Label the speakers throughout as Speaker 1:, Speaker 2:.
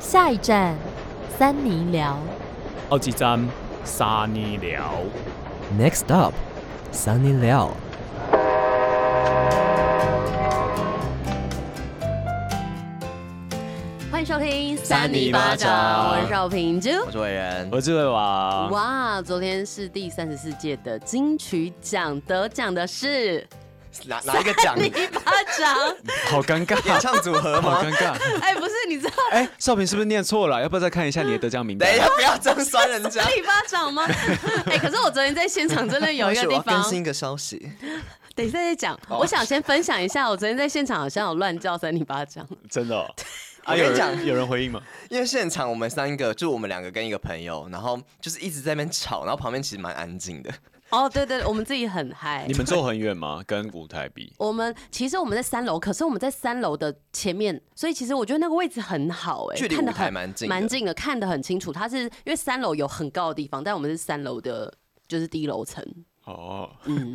Speaker 1: 下一站，三尼寮。
Speaker 2: 好哦几站沙尼寮。
Speaker 3: Next up, Sunny Liao。
Speaker 1: 欢迎收听《
Speaker 4: 三尼巴掌
Speaker 1: 我是邵平珠。
Speaker 4: 我是伟人，
Speaker 2: 我是伟
Speaker 4: 啊
Speaker 2: 王。
Speaker 1: 哇，昨天是第三十四届的金曲奖，得奖的是
Speaker 4: 哪哪一个奖？
Speaker 1: 尼巴 掌。
Speaker 2: 好尴尬，
Speaker 4: 演唱组合
Speaker 2: 好
Speaker 4: 吗？
Speaker 2: 尴尬。
Speaker 1: 哎，不是，你知道
Speaker 2: 哎、少平是不是念错了？要不要再看一下你的得奖名单
Speaker 4: 等一？下，不要这样酸人家。
Speaker 1: 三尼巴掌 吗？哎，可是我昨天在现场真的 有一个
Speaker 4: 我
Speaker 1: 地
Speaker 4: 要更
Speaker 1: 方，
Speaker 4: 新一哦个消息，
Speaker 1: 等一下再讲。我想先分享一下，我昨天在现场好像有乱叫三尼巴 掌。
Speaker 2: 真的、哦？
Speaker 4: 我跟你
Speaker 2: 有人
Speaker 4: 讲
Speaker 2: 有人回应吗？
Speaker 4: 因为现场我们三个，就我们两个跟一个朋友，然后就是一直在那边吵，然后旁边其实蛮安静的。
Speaker 1: 哦，对对，我们自己很嗨
Speaker 2: 你。们坐很远吗？跟舞台比？
Speaker 1: 我们其实我们在三楼，可是我们在三楼的前面，所以其实我觉得那个位置很好哎、
Speaker 4: 距离
Speaker 1: 看得
Speaker 4: 舞台
Speaker 1: 很
Speaker 4: 蛮近的
Speaker 1: 蛮近的，看得很清楚。它是因为三楼有很高的地方，但我们是三楼的，就是低楼层。
Speaker 2: 哦，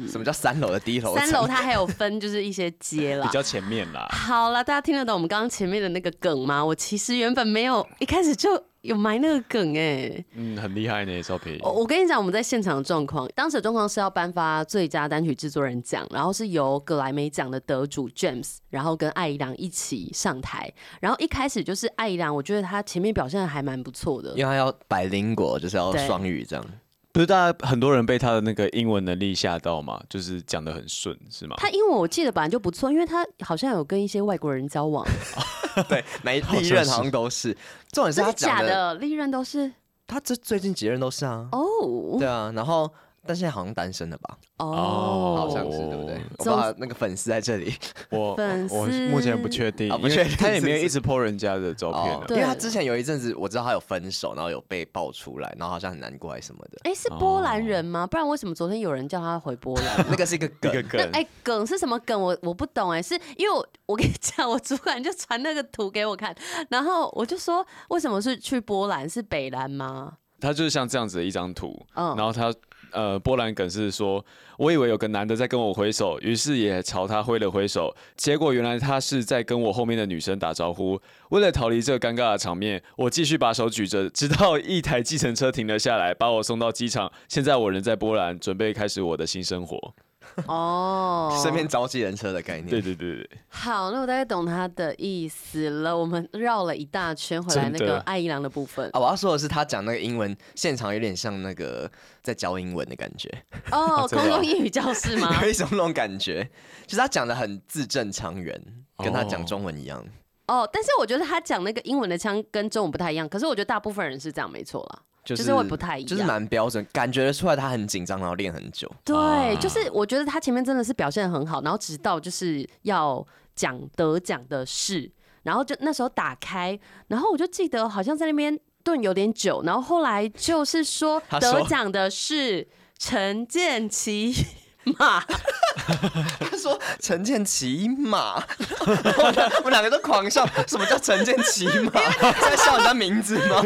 Speaker 4: 什么叫三楼的低楼
Speaker 1: 嗯
Speaker 4: 层？
Speaker 1: 三楼它还有分就是一些街 啦
Speaker 2: 比。较前面啦。
Speaker 1: 好了，大家听得懂我们刚刚前面的那个梗吗？我其实原本没有一开始就有埋那个梗哎、
Speaker 2: 嗯，很厉害呢，少平。
Speaker 1: 哦我
Speaker 4: 哦
Speaker 1: 我跟你讲，我们在现场的状况，当时的状况是要颁发最佳单曲制作人奖，然后是由格莱美奖的得主 James，然后跟艾怡良一起上台。然后一开始就是艾怡良，我觉得他前面表现得还蛮不错的
Speaker 4: 因。为他要百灵果，就是要
Speaker 1: 对
Speaker 4: 双语这样。
Speaker 2: 不是大家很多人被他的那个英文能力吓到嘛？就是讲的很顺，是吗？
Speaker 1: 他英文我记得本来就不错，因为他好像有跟一些外国人交往，
Speaker 4: 对，每
Speaker 2: 好像
Speaker 4: 第一任好像都是，重点是
Speaker 1: 真
Speaker 4: 他
Speaker 1: 的
Speaker 4: 讲
Speaker 1: 假
Speaker 4: 的，
Speaker 1: 的？历任都是
Speaker 4: 他这最近几任都是啊。
Speaker 1: 哦
Speaker 4: 对啊，然后但现在好像单身了吧？
Speaker 2: 哦
Speaker 4: 好像是对不对
Speaker 2: 哦？
Speaker 4: 我把那个粉丝在这里。
Speaker 2: 我
Speaker 1: 粉丝
Speaker 2: 我目前不确定，
Speaker 4: 啊不
Speaker 2: 因为
Speaker 4: 确定
Speaker 2: 他也
Speaker 4: 是不
Speaker 2: 没有一
Speaker 4: 是
Speaker 2: 直 po 人家的照片
Speaker 4: 哦
Speaker 2: 啊、，
Speaker 4: 因
Speaker 1: 对
Speaker 4: 为他之前有一阵子我知道他有分手，然后有被爆出来，然后好像很难过还是什么的。
Speaker 1: 哎、是波兰人
Speaker 4: 哦
Speaker 1: 吗？不然为什么昨天有人叫他回波兰？
Speaker 4: 那个是一个梗
Speaker 2: 一，个
Speaker 1: 那
Speaker 2: 梗。
Speaker 1: 哎、梗是什么梗？我我不懂哎、是因为我我跟你讲，我主管就传那个图给我看，然后我就说为什么是去波兰？是北兰吗？
Speaker 2: 他就是像这样子的一张图，
Speaker 1: 嗯
Speaker 2: 然后他呃波兰梗是说，我以为有个男的在跟我挥手，于是也朝他挥了挥手，结果原来他是在跟我后面的女生打招呼。为了逃离这个尴尬的场面，我继续把手举着，直到一台计程车停了下来，把我送到机场。现在我人在波兰，准备开始我的新生 活。
Speaker 1: 哦，
Speaker 4: 身边召集人车的概念。
Speaker 2: 对对对 对，
Speaker 1: 好，那我大概懂他的意思了。我们绕了一大圈回来那
Speaker 2: 真
Speaker 1: 个
Speaker 2: 的哦
Speaker 1: 爱伊朗的部分
Speaker 4: 啊，我要说的是，他讲那个英文，现场有点像那个在教英文的感觉，
Speaker 1: 哦，
Speaker 2: 真
Speaker 1: 空
Speaker 2: 的哦
Speaker 1: 中英语教室 吗？
Speaker 4: 有一种那种感觉，就是他讲的很字正腔圆，跟他讲
Speaker 2: 哦
Speaker 4: 中文一样。
Speaker 1: 哦，但是我觉得他讲那个英文的腔跟中文不太一样，可是我觉得大部分人是这样没错啦。
Speaker 4: 就
Speaker 1: 就是会不太一样
Speaker 4: 就是蛮标准，感觉得出来他很紧张，然后练很 久。
Speaker 2: 啊
Speaker 1: 对，就是我觉得他前面真的是表现得很好，然后直到就是要讲得奖的事，然后就那时候打开，然后我就记得好像在那边顿有点久，然后后来就是说
Speaker 4: 他说
Speaker 1: 得奖的是陈建奇嘛，
Speaker 4: 他说陈建奇马， 然后我们我们两个都狂笑，什么叫陈建奇 马？在笑人家名字吗？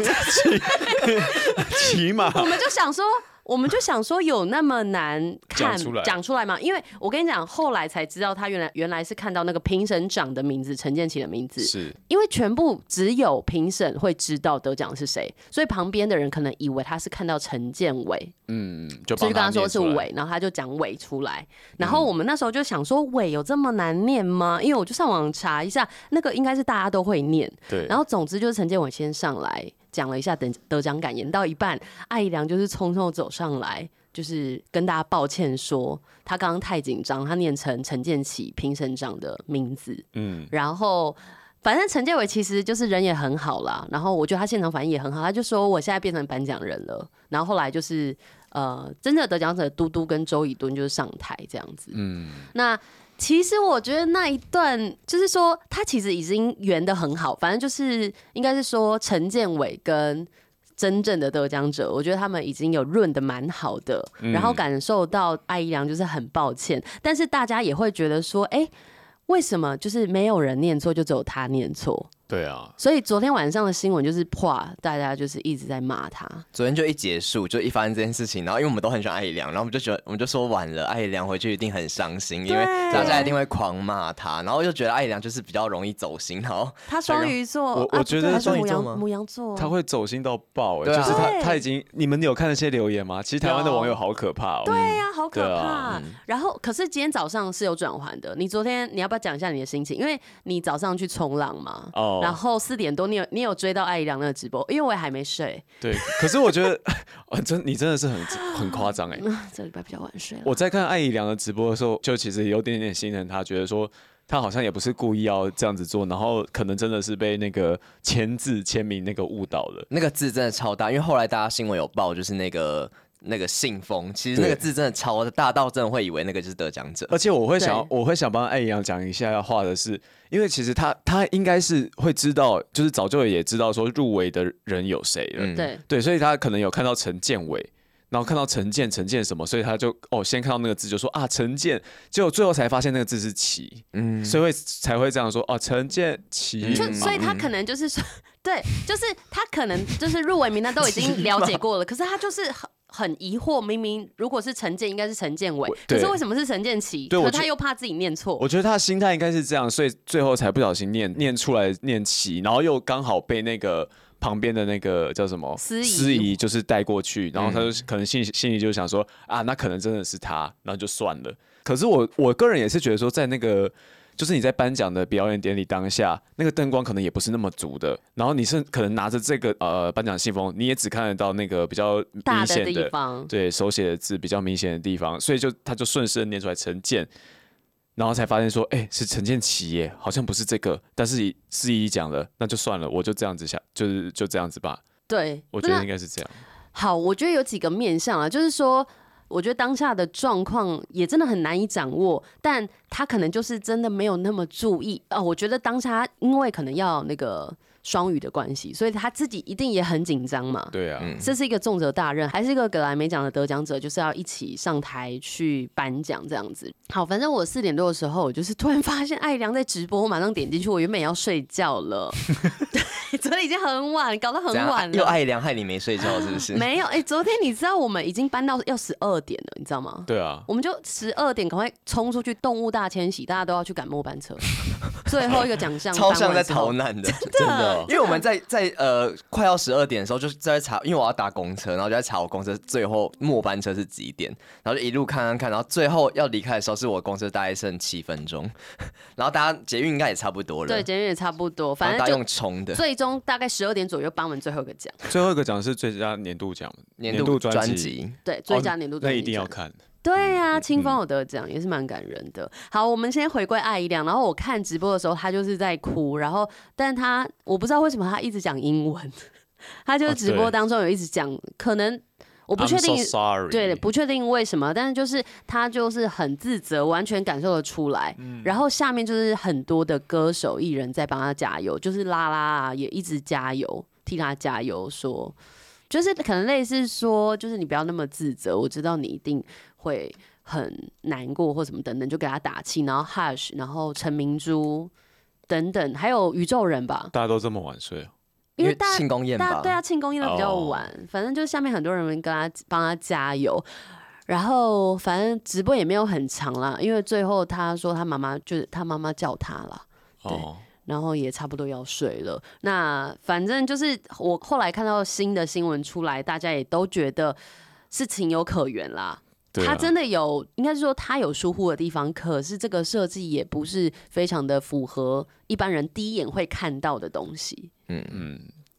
Speaker 2: 骑马
Speaker 1: 我们就想说。我们就想说有那么难看
Speaker 2: 讲出来
Speaker 1: 讲出来吗？因为我跟你讲，后来才知道他原来原来是看到那个评审长的名字，陈建奇的名字，
Speaker 2: 是
Speaker 1: 因为全部只有评审会知道得奖是谁，所以旁边的人可能以为他是看到陈建伟，
Speaker 2: 嗯，就
Speaker 1: 所以
Speaker 2: 帮
Speaker 1: 就跟他说
Speaker 2: 念
Speaker 1: 是
Speaker 2: 出来
Speaker 1: 伟，然哦后他就讲伟出来。然后我们那时候就想说伟有这么难念吗？因为我就上网查一下，那个应该是大家都会念。
Speaker 2: 对，
Speaker 1: 然后总之就是陈建伟先上来讲了一下得得奖感言，到一半艾怡良就是匆匆走上来。就是跟大家抱歉说，他刚刚太紧张，他念成陈建奇评审长的名字，
Speaker 2: 嗯，
Speaker 1: 然后。反正陈建伟其实就是人也很好啦，然后我觉得他现场反应也很好，他就说我现在变成颁奖人了。然后后来就是呃，真的得奖者嘟嘟跟周以敦就是上台这样子。嗯，那其实我觉得那一段就是说他其实已经圆的很好，反正就是应该是说陈建伟跟真正的得奖者，我觉得他们已经有润的蛮好的，然后感受到艾怡良就是很抱歉，但是大家也会觉得说，哎、为什么就是没有人念错，就只有他念错？
Speaker 2: 对啊，
Speaker 1: 所以昨天晚上的新闻就是哇，大家就是一直在骂他。
Speaker 4: 昨天就一结束，就一发生这件事情，然后因为我们都很喜欢艾怡良，然后我们就觉得，我们就说晚了，艾怡良回去一定很伤心，因为大家一定会狂骂他，然后就觉得艾怡良就是比较容易走心，然后
Speaker 1: 他双鱼座，
Speaker 2: 我我
Speaker 1: 啊
Speaker 2: 觉
Speaker 1: 对
Speaker 2: 得
Speaker 1: 他是
Speaker 4: 双鱼
Speaker 1: 母
Speaker 4: 座
Speaker 1: 羊
Speaker 4: 吗
Speaker 1: 母羊座，
Speaker 2: 他会走心到爆、欸，
Speaker 4: 对啊
Speaker 2: 就是他
Speaker 1: 哦对
Speaker 2: 他已经，你们有看那些留言吗？其实台湾的网友好可怕哦、
Speaker 1: 对呀、好可
Speaker 2: 对
Speaker 1: 怕。
Speaker 2: 啊
Speaker 1: 然后，可是今天早上是有转环的。你昨天你要不要讲一下你的心情？因为你早上去冲浪嘛，
Speaker 2: 哦
Speaker 1: 然后四点多你有你有追到艾怡良那个直播，因为我也还没睡，
Speaker 2: 对，可是我觉得， 啊真你真的是很很夸张哎。
Speaker 1: 嗯，这礼拜比较晚睡了。
Speaker 2: 我在看艾怡良的直播的时候，就其实有点点心疼他，觉得说他好像也不是故意要这样子做，然后可能真的是被那个签字签名那个误导了。
Speaker 4: 那个字真的超大，因为后来大家新闻有报，就是那个那个信封，其实那个
Speaker 2: 对
Speaker 4: 字真的超大到真的会以为那个就是得奖者。
Speaker 2: 而且我会想
Speaker 1: 对，
Speaker 2: 我会想帮艾怡良讲一下话的是，因为其实他他应该是会知道，就是早就也知道说入围的人有谁了，
Speaker 4: 嗯
Speaker 1: 对，
Speaker 2: 对，所以他可能有看到陈建伟，然后看到陈建陈建什么，所以他就哦先看到那个字就说啊陈建，结果最后才发现那个字是齐，
Speaker 4: 嗯，
Speaker 2: 所以会才会这样说哦陈建齐
Speaker 1: 就
Speaker 4: 嗯
Speaker 1: 所以他可能就是说， 对，就是他可能就是入围名单都已经了解过了， 可是他就是很。很疑惑，明明如果是陈建，应该是陈建伟，可
Speaker 2: 对
Speaker 1: 是为什么是陈建奇？
Speaker 2: 对我
Speaker 1: 可
Speaker 2: 觉
Speaker 1: 他又怕自己念错
Speaker 2: 我，觉得他的心态应该是这样，所以最后才不小心念念出来念齐，然后又刚好被那个旁边的那个叫什么
Speaker 1: 司仪嗯
Speaker 2: 就是带过去，然后他就可能心里心里就想说啊，那可能真的是他，然后就算了。可是我我个人也是觉得说，在那个就是你在颁奖的表演典礼当下，那个灯光可能也不是那么足的，然后你是可能拿着这个呃颁奖信封，你也只看得到那个比较
Speaker 1: 大
Speaker 2: 明
Speaker 1: 的
Speaker 2: 显的
Speaker 1: 地方。
Speaker 2: 对手写的字比较明显的地方，所以就他就顺势地念出来陈建，然后才发现说，哎、是陈建奇耶，好像不是这个，但是司仪讲了，那就算了，我就这样子下，就是就这样子吧，
Speaker 1: 对，
Speaker 2: 我觉
Speaker 1: 那
Speaker 2: 得应该是这样，
Speaker 1: 好，我觉得有几个面向啊，就是说，我觉得当下的状况也真的很难以掌握，但他可能就是真的没有那么注意啊、呃我觉得当下他因为可能要那个双语的关系，所以他自己一定也很紧张嘛。
Speaker 2: 对啊，
Speaker 4: 嗯
Speaker 1: 这是一个重责大任，还是一个葛莱美奖的得奖者，就是要一起上台去颁奖这样子。好，反正我四点多的时候，我就是突然发现艾良在直播，我马上点进去，我原本也要睡觉了， 对，昨天已经很晚，搞到很
Speaker 4: 怎样
Speaker 1: 晚了，
Speaker 4: 又艾怡良害你没睡觉是不是？
Speaker 1: 没有，哎、昨天你知道我们已经搬到要十二点了，你知道吗？
Speaker 2: 对啊，
Speaker 1: 我们就十二点赶快冲出去，动物大迁徙，大家都要去赶末班车。 最后一个奖项，
Speaker 4: 超像在逃。难的，真
Speaker 1: 的
Speaker 4: 因为我们在在呃快要十二点的时候，就是在查，因为我要搭公车，然后就在查我公车最后末班车是几点，然后就一路看看看，然后最后要离开的时候，是我公车大概剩七分钟， 然后大家捷运应该也差不多了，
Speaker 1: 对，节日也差不多，
Speaker 4: 然
Speaker 1: 反
Speaker 4: 后大家
Speaker 1: 正
Speaker 4: 用冲
Speaker 1: 就
Speaker 4: 的
Speaker 1: 最终大概十二点左右颁完最后一个奖，
Speaker 2: 最后一个奖是最佳年度奖，
Speaker 4: 年度
Speaker 2: 专
Speaker 4: 专辑，
Speaker 1: 对，最佳年度
Speaker 2: 哦
Speaker 1: 专
Speaker 2: 那
Speaker 1: 辑
Speaker 2: 一定
Speaker 1: 奖
Speaker 2: 要看，嗯
Speaker 1: 对呀、清风有得奖，也是蛮感人的。好，我们先回归艾怡良。然后我看直播的时候，他就是在哭，然后但他我不知道为什么他一直讲英文， 他就是
Speaker 2: 哦
Speaker 1: 直播
Speaker 2: 对
Speaker 1: 当中有一直讲，可能我不确
Speaker 2: I'm
Speaker 1: 定
Speaker 2: so sorry，
Speaker 1: 对，不确定为什么，但是就是他就是很自责，完全感受得出来。然后下面就是很多的歌手艺人在帮他加油，就是拉拉啊也一直加油，替他加油说。就是可能类似说，就是你不要那么自责，我知道你一定会很难过或什么等等，就给他打气。然后 Hush，然后陈明珠等等，还有宇宙人吧，
Speaker 2: 大家都这么晚睡哦，
Speaker 1: 因为大家
Speaker 4: 庆功宴
Speaker 1: 大
Speaker 4: 吧，
Speaker 1: 对啊，庆功宴都比较
Speaker 2: 哦
Speaker 1: 晚，反正就是下面很多人跟他帮他加油。然后反正直播也没有很长啦，因为最后他说他妈妈就是他妈妈叫他啦，
Speaker 2: 哦，
Speaker 1: 然后也差不多要睡了。那反正就是我后来看到新的新闻出来，大家也都觉得是情有可原啦。
Speaker 2: 对啊，
Speaker 1: 他真的有，应该是说他有疏忽的地方，可是这个设计也不是非常的符合一般人第一眼会看到的东西。
Speaker 2: 嗯，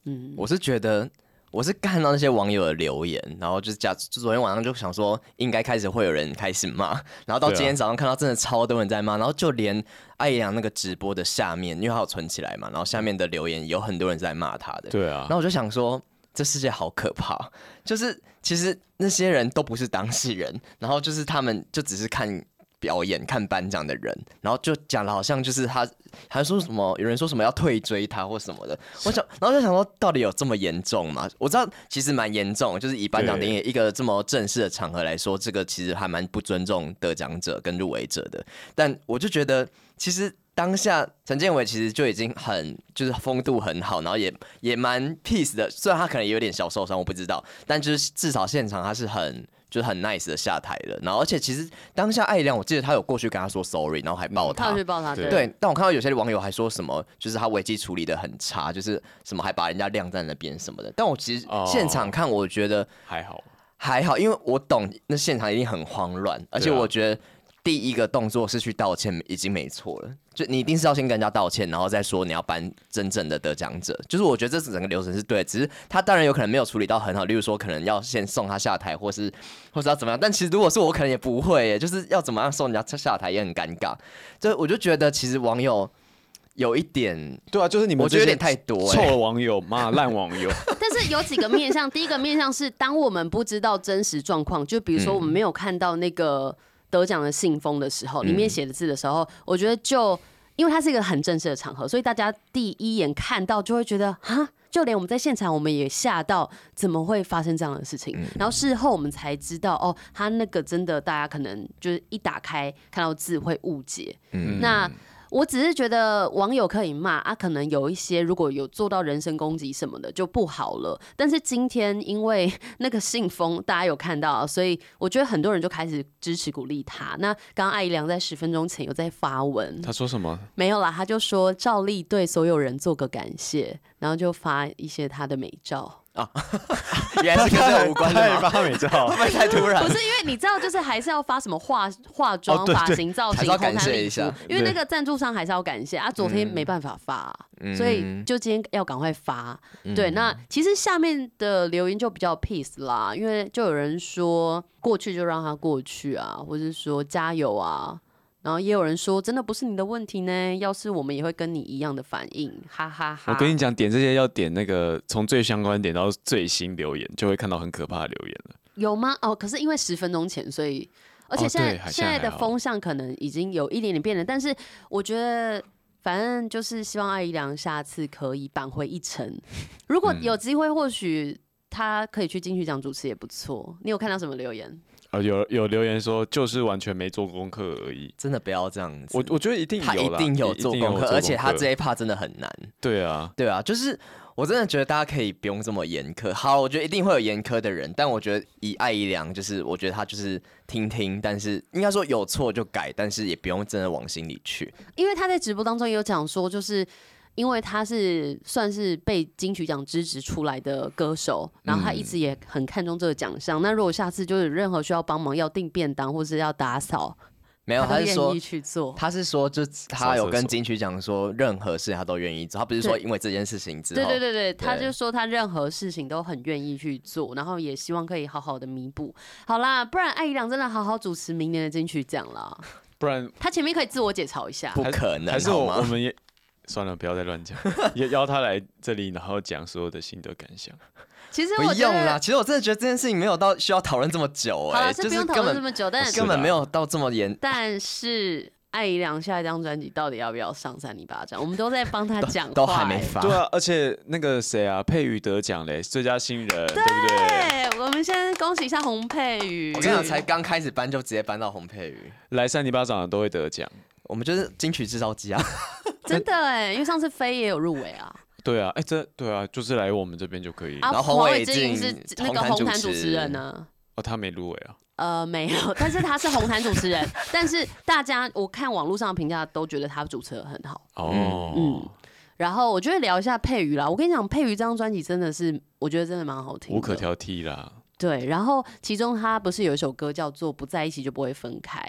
Speaker 1: 嗯，
Speaker 4: 我是觉得。我是看到那些网友的留言，然后就是假，就昨天晚上就想说，应该开始会有人开始骂，然后到
Speaker 2: 对啊
Speaker 4: 今天早上看到真的超多人在骂，然后就连艾怡良那个直播的下面，因为他有存起来嘛，然后下面的留言有很多人在骂他的，
Speaker 2: 对啊
Speaker 4: 然，后我就想说，这世界好可怕，就是其实那些人都不是当事人，然后就是他们就只是看表演、看颁奖的人，然后就讲的好像就是他，还说什么有人说什么要退追他或什么的，我想，然后就想说，到底有这么严重吗？我知道其实蛮严重，就是以颁奖典礼一个这么正式的场合来说，这个其实还蛮不尊重得奖者跟入围者的，但我就觉得其实。当下陈建伟其实就已经很就是风度很好，然后也也蛮 peace 的，虽然他可能有点小受伤，我不知道，但就是至少现场他是很。就是很 nice 的下台了，然后而且其实当下艾良，我记得他有过去跟他说 sorry，然后还抱
Speaker 1: 他有去抱他，
Speaker 2: 对
Speaker 4: 对，但我看到有些网友还说什么，就是他危机处理的很差，就是什么还把人家晾在那边什么的。但我其实
Speaker 2: 哦
Speaker 4: 现场看，我觉得
Speaker 2: 还好，
Speaker 4: 还好，因为我懂那现场一定很慌乱，而且
Speaker 2: 对啊
Speaker 4: 我觉得第一个动作是去道歉，已经没错了。就你一定是要先跟人家道歉，然后再说你要颁真正的得奖者。就是我觉得这整个流程是对的，只是他当然有可能没有处理到很好，例如说可能要先送他下台，或是或是要怎么样。但其实如果是我，可能也不会耶，就是要怎么样送人家下台也很尴尬。所以我就觉得其实网友有一点，
Speaker 2: 对啊，就是你们
Speaker 4: 我觉得有
Speaker 2: 这些
Speaker 4: 点太多耶，
Speaker 2: 臭哎网友骂烂网 友，
Speaker 1: 但是有几个面向，第一个面向是当我们不知道真实状况，就比如说我们没有看到那个得奖的信封的时候，里面写的字的时候，我觉得就因为它是一个很正式的场合，所以大家第一眼看到就会觉得啊。就连我们在现场，我们也吓到，怎么会发生这样的事情？然后事后我们才知道，哦，他那个真的，大家可能就是一打开看到字会误解。
Speaker 4: 嗯
Speaker 1: 那我只是觉得网友可以骂啊，可能有一些如果有做到人身攻击什么的就不好了。但是今天因为 那个信封大家有看到啊，所以我觉得很多人就开始支持鼓励他。那刚刚艾姨良在十分钟前有在发文，
Speaker 2: 他说什 么？
Speaker 1: 没有啦，他就说照例对所有人做个感谢，然后就发一些他的美照。
Speaker 4: 原来是跟这个无关的吗？
Speaker 2: 发美照
Speaker 4: 会不会太突然
Speaker 1: 不？是因为你知道，就是还是要发什么化 化妆、
Speaker 2: 哦对对
Speaker 1: 发型、造型、
Speaker 4: 还是要
Speaker 1: 空
Speaker 4: 感
Speaker 1: 谈
Speaker 4: 谢
Speaker 1: 礼
Speaker 4: 一
Speaker 1: 服
Speaker 4: 下，
Speaker 1: 因为
Speaker 2: 对
Speaker 1: 那个赞助商还是要感谢啊。昨天没办法发啊、
Speaker 4: 嗯
Speaker 1: 所以就今天要赶快发。对，那其实下面的留言就比较 peace 啦，因为就有人说过去就让它过去啊，或是说加油啊。然后也有人说，真的不是你的问题呢。要是我们也会跟你一样的反应，哈哈哈
Speaker 2: 我跟你讲，点这些要点那个从最相关点到最新留言，就会看到很可怕的留言了。
Speaker 1: 有吗？哦，可是因为十分钟前，所以而且
Speaker 2: 哦
Speaker 1: 现在、
Speaker 2: 对还
Speaker 1: 现在
Speaker 2: 现在
Speaker 1: 的
Speaker 2: 还好
Speaker 1: 风向可能已经有一点点变了，但是我觉得。反正就是希望艾姨良下次可以扳回一城。如
Speaker 2: 嗯
Speaker 1: 果有机会，或许他可以去金曲奖主持也不错。你有看到什么留言？
Speaker 2: 啊，有有留言说就是完全没做功课而已。
Speaker 4: 真的不要这样子。
Speaker 2: 我我觉得一定有啦，
Speaker 4: 他一定有
Speaker 2: 一
Speaker 4: 做功课，而且他这一趴真的很难。
Speaker 2: 对啊，
Speaker 4: 对啊，就是我真的觉得大家可以不用这么严苛。好，我觉得一定会有严苛的人，但我觉得以爱一良，就是我觉得他就是听听，但是应该说有错就改，但是也不用真的往心里去。
Speaker 1: 因为他在直播当中也有讲说，就是因为他是算是被金曲奖支持出来的歌手，然后他一
Speaker 2: 嗯
Speaker 1: 直也很看重这个奖项。那如果下次就是有任何需要帮忙，要订便当或是要打扫，
Speaker 4: 没有，
Speaker 1: 他都
Speaker 4: 他是
Speaker 1: 愿
Speaker 4: 说
Speaker 1: 意。去做。
Speaker 4: 他是说，就
Speaker 2: 扫
Speaker 4: 他
Speaker 2: 厕
Speaker 4: 有跟
Speaker 2: 所
Speaker 4: 金曲奖说，任何事他都愿意做。他不是说
Speaker 1: 对
Speaker 4: 因为这件事情之
Speaker 1: 对
Speaker 4: 后，
Speaker 1: 对对对，他
Speaker 4: 对
Speaker 1: 就说他任何事情都很愿意去做，然后也希望可以好好的弥补。好啦，不然艾姨良真的好好主持明年的金曲奖啦。
Speaker 2: 不然
Speaker 1: 他前面可以自我解嘲一下，
Speaker 4: 不可能，
Speaker 2: 还是
Speaker 4: 好
Speaker 2: 我我
Speaker 4: 吗？
Speaker 2: 们也算了，不要再乱讲，也邀他来这里，然后讲所有的心得感想。
Speaker 1: 其实
Speaker 4: 不
Speaker 1: 我觉
Speaker 4: 用啦。
Speaker 1: 得，
Speaker 4: 其实我真的觉得这件事情没有到需要讨论这么久、
Speaker 1: 好
Speaker 4: 哎，
Speaker 1: 啦，
Speaker 4: 就是
Speaker 1: 不
Speaker 4: 是
Speaker 1: 用讨
Speaker 4: 根
Speaker 1: 论这
Speaker 4: 本
Speaker 1: 么久，但
Speaker 4: 根
Speaker 2: 啊
Speaker 4: 本没有到这么严
Speaker 1: 但是艾姨良下一张专辑到底要不要上三里巴掌，我们都在帮他讲话、 欸
Speaker 4: 都还没发。
Speaker 2: 对啊，而且那个谁啊，佩瑜得奖嘞，最佳新人，对不对？
Speaker 1: 哎。对，我们先恭喜一下洪佩瑜。
Speaker 4: 我跟你讲，才刚开始搬就直接搬到洪佩瑜，
Speaker 2: 来三里巴掌的都会得奖。
Speaker 4: 我们就是金曲制造机啊。
Speaker 1: 真的哎，因为上次飞也有入围啊，
Speaker 2: 对啊，哎，这对啊，就是来我们这边就可以。
Speaker 1: 啊，
Speaker 4: 后
Speaker 1: 黄
Speaker 4: 黄
Speaker 1: 伟
Speaker 4: 伟
Speaker 1: 晋
Speaker 4: 晋
Speaker 1: 是那
Speaker 4: 红
Speaker 1: 个
Speaker 4: 毯
Speaker 1: 红
Speaker 4: 主
Speaker 1: 毯主
Speaker 4: 持
Speaker 1: 持人啊呢、
Speaker 2: 哦，他没入围啊。
Speaker 1: 呃，没有，但是他是红毯主持人，但是大家我看网络上的评价都觉得他主持的很好。
Speaker 2: 哦，
Speaker 1: 嗯然后我就会聊一下佩瑜啦，我跟你讲，佩瑜这张专辑真的是，我觉得真的蛮好听的，
Speaker 2: 无可挑剔啦，
Speaker 1: 对，然后其中他不是有一首歌叫做《不在一起就不会分开》，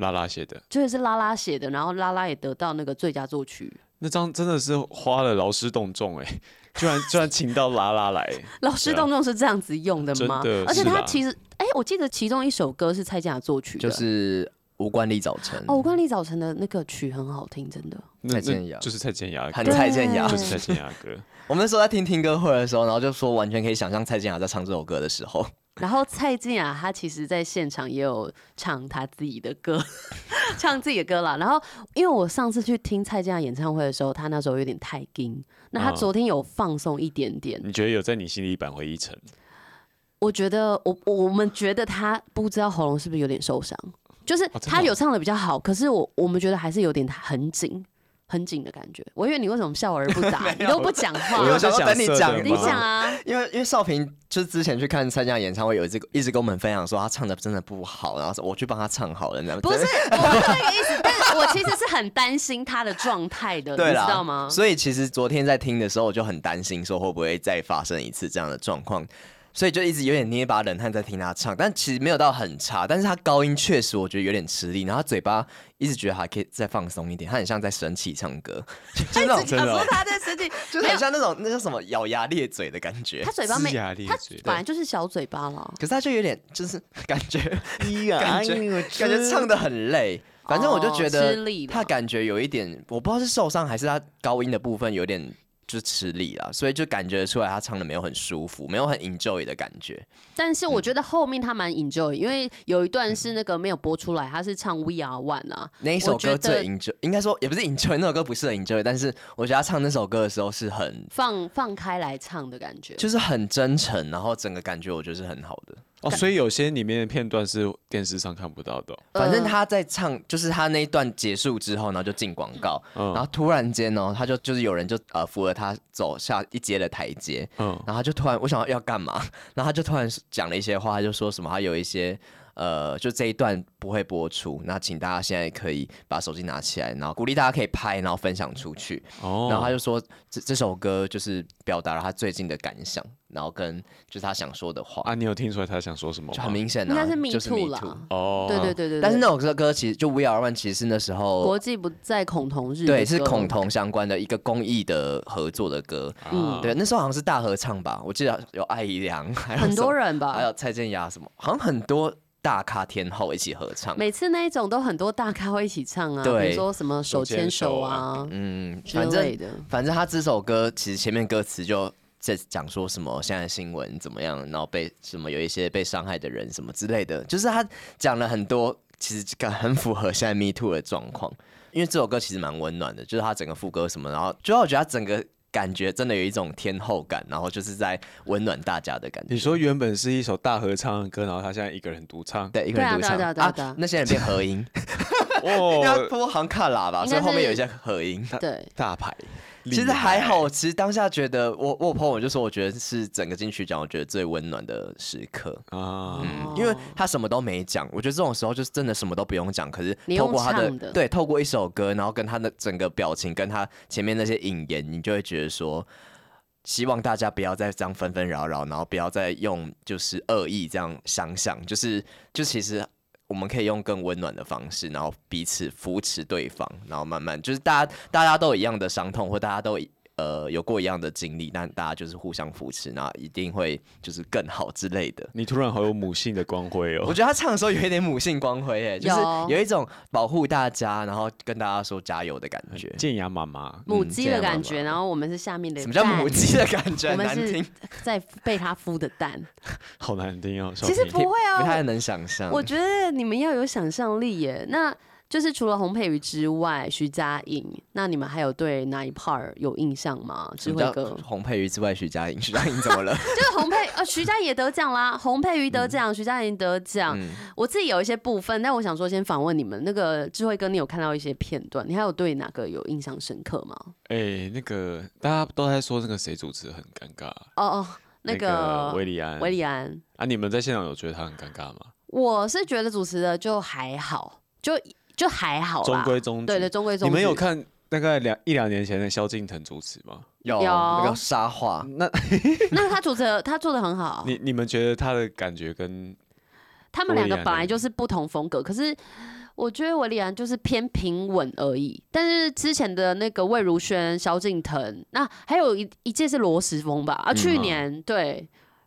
Speaker 2: 拉拉写的
Speaker 1: 这也是拉拉写的，然后拉拉也得到那个最佳作曲。
Speaker 2: 那张真的是花了劳师动众哎、 居然居然请到拉拉来，
Speaker 1: 老师
Speaker 2: 对啊
Speaker 1: 动众是这样子用的吗？
Speaker 2: 真的
Speaker 1: 而且
Speaker 2: 是
Speaker 1: 他
Speaker 2: 吧
Speaker 1: 其实，哎，我记得其中一首歌是蔡健雅作曲的，
Speaker 4: 就是无关力早晨，
Speaker 1: 哦，我跟李早晨的那个曲很好听，真的。
Speaker 2: 那
Speaker 4: 蔡健雅
Speaker 2: 那就是蔡健雅的
Speaker 4: 很
Speaker 2: 歌，
Speaker 4: 蔡健雅
Speaker 1: 对。
Speaker 2: 就是蔡健雅的歌，
Speaker 4: 我们那时候在听听歌会的时候，然后就说完全可以想象蔡健雅在唱这首歌的时候，
Speaker 1: 然后蔡健雅她其实在现场也有唱她自己的歌， 唱自己的歌啦。然后因为我上次去听蔡健雅演唱会的时候，她那时候有点太硬，那她
Speaker 2: 嗯
Speaker 1: 昨天有放松一点点，
Speaker 2: 你觉得有在你心里扳回一城？
Speaker 1: 我觉得我我们觉得他不知道喉咙是不是有点受伤，就是
Speaker 2: 哦真的
Speaker 1: 他
Speaker 2: 哦
Speaker 1: 有唱的比较好，可是我我们觉得还是有点很紧，很紧的感觉。我以为你为什么笑而不答，
Speaker 4: 没
Speaker 1: 你
Speaker 4: 有
Speaker 1: 都不讲话
Speaker 2: 我。有
Speaker 4: 我
Speaker 2: 在
Speaker 4: 想
Speaker 2: 想
Speaker 4: 说等你
Speaker 2: 色
Speaker 4: 讲
Speaker 2: 的
Speaker 1: 你
Speaker 2: 嘛
Speaker 1: 讲啊，
Speaker 4: 因为因为少平就是之前去看参加演唱会，有一次一直跟我们分享说他唱的真的不好，然后说我去帮他唱好了，然后
Speaker 1: 不是我不是那个意思，但是我其实是很担心他的状态的，你
Speaker 4: 对
Speaker 1: 知
Speaker 4: 啦，
Speaker 1: 道吗？
Speaker 4: 所以其实昨天在听的时候，我就很担心说会不会再发生一次这样的状况，所以就一直有点捏把冷汗在听他唱，但其实没有到很差，但是他高音确实我觉得有点吃力，然后他嘴巴一直觉得还可以再放松一点，他很像在生气唱歌，就是那种
Speaker 1: 想说他在生气，
Speaker 4: 就是很像哎那种那叫什么咬牙咧嘴的感觉
Speaker 1: 他。嘴巴没，
Speaker 2: 龇牙咧
Speaker 1: 他
Speaker 2: 嘴
Speaker 1: 本来就是小嘴巴了。
Speaker 4: 可是他就有点，就是 感觉，
Speaker 2: 啊
Speaker 4: 感觉， 感觉唱的很累。反正我就觉
Speaker 1: 哦吃
Speaker 4: 得
Speaker 1: 力了
Speaker 4: 他感觉有一点，我不知道是受伤还是他高音的部分有点就是吃力啦，所以就感觉出来他唱的没有很舒服，没有很 enjoy 的感觉。
Speaker 1: 但是我
Speaker 4: 嗯
Speaker 1: 觉得后面他蛮 enjoy，因为有一段是那个没有播出来，他是唱 We Are One 啊，
Speaker 4: 那一首
Speaker 1: 我觉
Speaker 4: 歌
Speaker 1: 得
Speaker 4: 最 enjoy，应该说也不是 enjoy，那首歌不是很 enjoy，但是我觉得他唱那首歌的时候是很，
Speaker 1: 放放开来唱的感觉。
Speaker 4: 就是很真诚，然后整个感觉我觉得是很好的。
Speaker 2: 哦，所以有些里面的片段是电视上看不到的哦、
Speaker 1: 呃
Speaker 4: 反正他在唱，就是他那一段结束之后，然后就进广告，
Speaker 2: 嗯
Speaker 4: 然后突然间哦，他就就是有人就呃扶了他走下一阶的台阶，
Speaker 2: 嗯，
Speaker 4: 然后他就突然我想要干嘛，然后他就突然讲了一些话，他就说什么他有一些呃，就这一段不会播出，那请大家现在可以把手机拿起来，然后鼓励大家可以拍，然后分享出去，
Speaker 2: 哦，
Speaker 4: 然后他就说这这首歌就是表达了他最近的感想，然后跟就是他想说的话，
Speaker 2: 啊，你有听出来他想说什么吗？
Speaker 4: 就很明显、啊，
Speaker 1: 应该是 Me
Speaker 4: 迷
Speaker 1: Too 啦，
Speaker 2: 哦，
Speaker 1: 对对对对。
Speaker 4: 但是
Speaker 1: 对
Speaker 4: 那首歌歌其实就 We Are One，其实是那时候
Speaker 1: 国际不再恐同日的
Speaker 4: 对是
Speaker 1: 歌
Speaker 4: 恐同相关的一个公益的合作的歌。
Speaker 2: 嗯，
Speaker 4: 对，那时候好像是大合唱吧，我记得有艾怡良，还有
Speaker 1: 很多
Speaker 4: 人，
Speaker 1: 人
Speaker 4: 还
Speaker 1: 吧。
Speaker 4: 有啊蔡健雅什么，好像很多大咖天后一起合唱。
Speaker 1: 每次那一种都很多大咖会一起唱啊，
Speaker 4: 对
Speaker 1: 比如说什么手牵手啊
Speaker 4: 嗯，
Speaker 1: 之
Speaker 4: 反
Speaker 1: 类
Speaker 4: 正
Speaker 1: 的。
Speaker 4: 反正他这首歌其实前面歌词就。在讲说什么现在新闻怎么样，然后被什么有一些被伤害的人什么之类的，就是他讲了很多，其实这个很符合现在 Me Too 的状况。因为这首歌其实蛮温暖的，就是他整个副歌什么，然后就让我觉得他整个感觉真的有一种天后感，然后就是在温暖大家的感觉。
Speaker 2: 你说原本是一首大合唱的歌，然后他现在一个人独唱，
Speaker 4: 对，一个人独
Speaker 1: 对啊
Speaker 4: 唱
Speaker 1: 对啊对啊对啊
Speaker 4: 那些人变合音， 因为他
Speaker 2: 哦，
Speaker 4: 播好像卡拉吧，
Speaker 1: 应该
Speaker 4: 所以后面
Speaker 1: 是
Speaker 4: 有一些合音。
Speaker 1: 对，
Speaker 2: 大牌，
Speaker 4: 其
Speaker 2: 厉
Speaker 4: 实
Speaker 2: 害
Speaker 4: 还好，其实当下觉得我我有朋友就说，我觉得是整个金曲奖我觉得最温暖的时刻，嗯
Speaker 2: 啊，
Speaker 1: 哦
Speaker 4: 因为他什么都没讲，我觉得这种时候就是真的什么都不用讲，可是
Speaker 1: 你
Speaker 4: 透
Speaker 1: 用
Speaker 4: 过他
Speaker 1: 唱的
Speaker 4: 对，透过一首歌，然后跟他的整个表情，跟他前面那些引言，你就会觉得说。希望大家不要再这样纷纷扰扰，然后不要再用就是恶意这样想想，就是就其实我们可以用更温暖的方式，然后彼此扶持对方，然后慢慢就是大家大家都有一样的伤痛，或大家都有呃有过一样的经历，但大家就是互相扶持，然后一定会就是更好之类的。
Speaker 2: 你突然好有母性的光辉
Speaker 4: 我
Speaker 2: 哦，
Speaker 4: 觉得他唱的时候有一点母性光辉，哎，就是
Speaker 1: 有
Speaker 4: 有一种保护大家，然后跟大家说加油的感觉。
Speaker 2: 建雅妈妈，
Speaker 1: 母鸡的感
Speaker 4: 嗯这
Speaker 1: 觉，
Speaker 4: 样
Speaker 1: 然后我们是下面的
Speaker 4: 什么叫母
Speaker 1: 蛋？
Speaker 4: 鸡的感觉？
Speaker 1: 我
Speaker 4: 很
Speaker 1: 们
Speaker 4: 难听
Speaker 1: 是，在被它孵的蛋。
Speaker 2: 好难听哦，少
Speaker 1: 其实
Speaker 2: 平
Speaker 1: 不会啊，
Speaker 4: 不太能想象。
Speaker 2: 嗯
Speaker 1: 我觉得你们要有想象力耶。那就是除了洪佩瑜之外，徐佳莹，那你们还有对哪一 part 有印象吗？智
Speaker 4: 什么
Speaker 1: 慧
Speaker 4: 叫
Speaker 1: 哥，
Speaker 2: 哦
Speaker 4: 洪佩瑜之外，徐佳莹，徐佳莹怎么 了？
Speaker 1: 就是洪佩呃徐佳莹也得奖啦，洪佩瑜得
Speaker 2: 嗯
Speaker 1: 奖，徐佳莹得奖。我自己有一些部分，但我想说先访问你们，那个智慧哥，你有看到一些片段，你还有对哪个有印象深刻吗？
Speaker 2: 哎、那个大家都在说那个谁主持很尴尬，
Speaker 1: 哦哦，那个
Speaker 2: 维里安，
Speaker 1: 维里安，
Speaker 2: 啊，你们在现场有觉得他很尴尬吗？
Speaker 1: 我是觉得主持的就还好，就就还好
Speaker 2: 中
Speaker 1: 哦啦。
Speaker 2: 规中矩，
Speaker 1: 对对，中规中矩。
Speaker 2: 你们有看 大概两一两年前的萧敬腾主持吗？
Speaker 4: 有
Speaker 1: 有
Speaker 4: 那个沙画，
Speaker 2: 那
Speaker 1: 那他主持的他做的很好，
Speaker 2: 你你们觉得他的感觉跟
Speaker 1: 他们两个
Speaker 2: 维里安
Speaker 1: 本来就是不同风格，可是我觉得维里安就是偏平稳而已。但是之前的那个魏如萱、萧敬腾，那还有一一届是罗时丰吧？
Speaker 2: 嗯
Speaker 1: 啊，
Speaker 2: 哦
Speaker 1: 去年、对，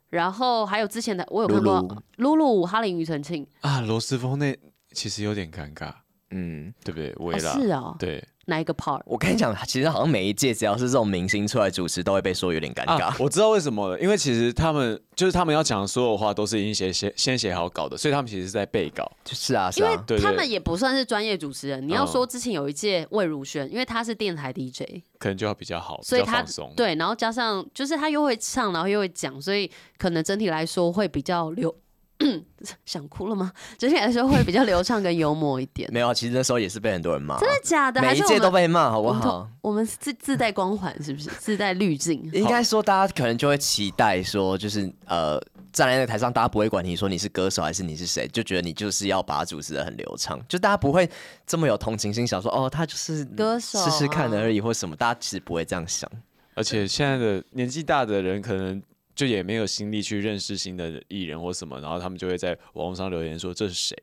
Speaker 1: 然后还有之前的我有看过露露、哈林、庾澄庆，
Speaker 2: 啊罗斯峰那其实有点尴尬，
Speaker 4: 嗯，
Speaker 2: 对不对？我
Speaker 1: 哦
Speaker 2: 也啦，
Speaker 1: 是哦，
Speaker 2: 对
Speaker 1: 哪一个 part？
Speaker 4: 我跟你讲，其实好像每一届只要是这种明星出来主持，都会被说有点尴尬
Speaker 2: 啊，。我知道为什么了，因为其实他们就是他们要讲的所有话都是已经写写先写好稿的，所以他们其实是在背稿。
Speaker 4: 就是啊，是
Speaker 1: 因为
Speaker 4: 啊，
Speaker 2: 对对哦
Speaker 1: 他们也不算是专业主持人，你要说之前有一届魏如萱，因为她是电台 DJ，
Speaker 2: 可能就要比较好，
Speaker 1: 所以
Speaker 2: 比较
Speaker 1: 他
Speaker 2: 放松。
Speaker 1: 对，然后加上就是他又会唱，然后又会讲，所以可能整体来说会比较流想哭了吗？ 整体来说会比较流畅跟幽默一点。
Speaker 4: 没有啊，其实那时候也是被很多人骂啊，
Speaker 1: 真的假的？还
Speaker 4: 每一
Speaker 1: 是我
Speaker 4: 届
Speaker 1: 们
Speaker 4: 都被骂，好
Speaker 1: 我
Speaker 4: 不
Speaker 1: 们
Speaker 4: 好
Speaker 1: 同？我们自自带光环是不是？自带滤镜？
Speaker 4: 应该说，大家可能就会期待说，就是呃，站在那个台上，大家不会管你说你是歌手还是你是谁，就觉得你就是要把它主持的很流畅，就大家不会这么有同情心，想说哦，他就是
Speaker 1: 歌手
Speaker 4: 试试看
Speaker 1: 啊
Speaker 4: 而已，或什么，大家其实不会这样想。
Speaker 2: 而且现在的年纪大的人，可能就也没有心力去认识新的艺人或什么，然后他们就会在网络上留言说这是谁？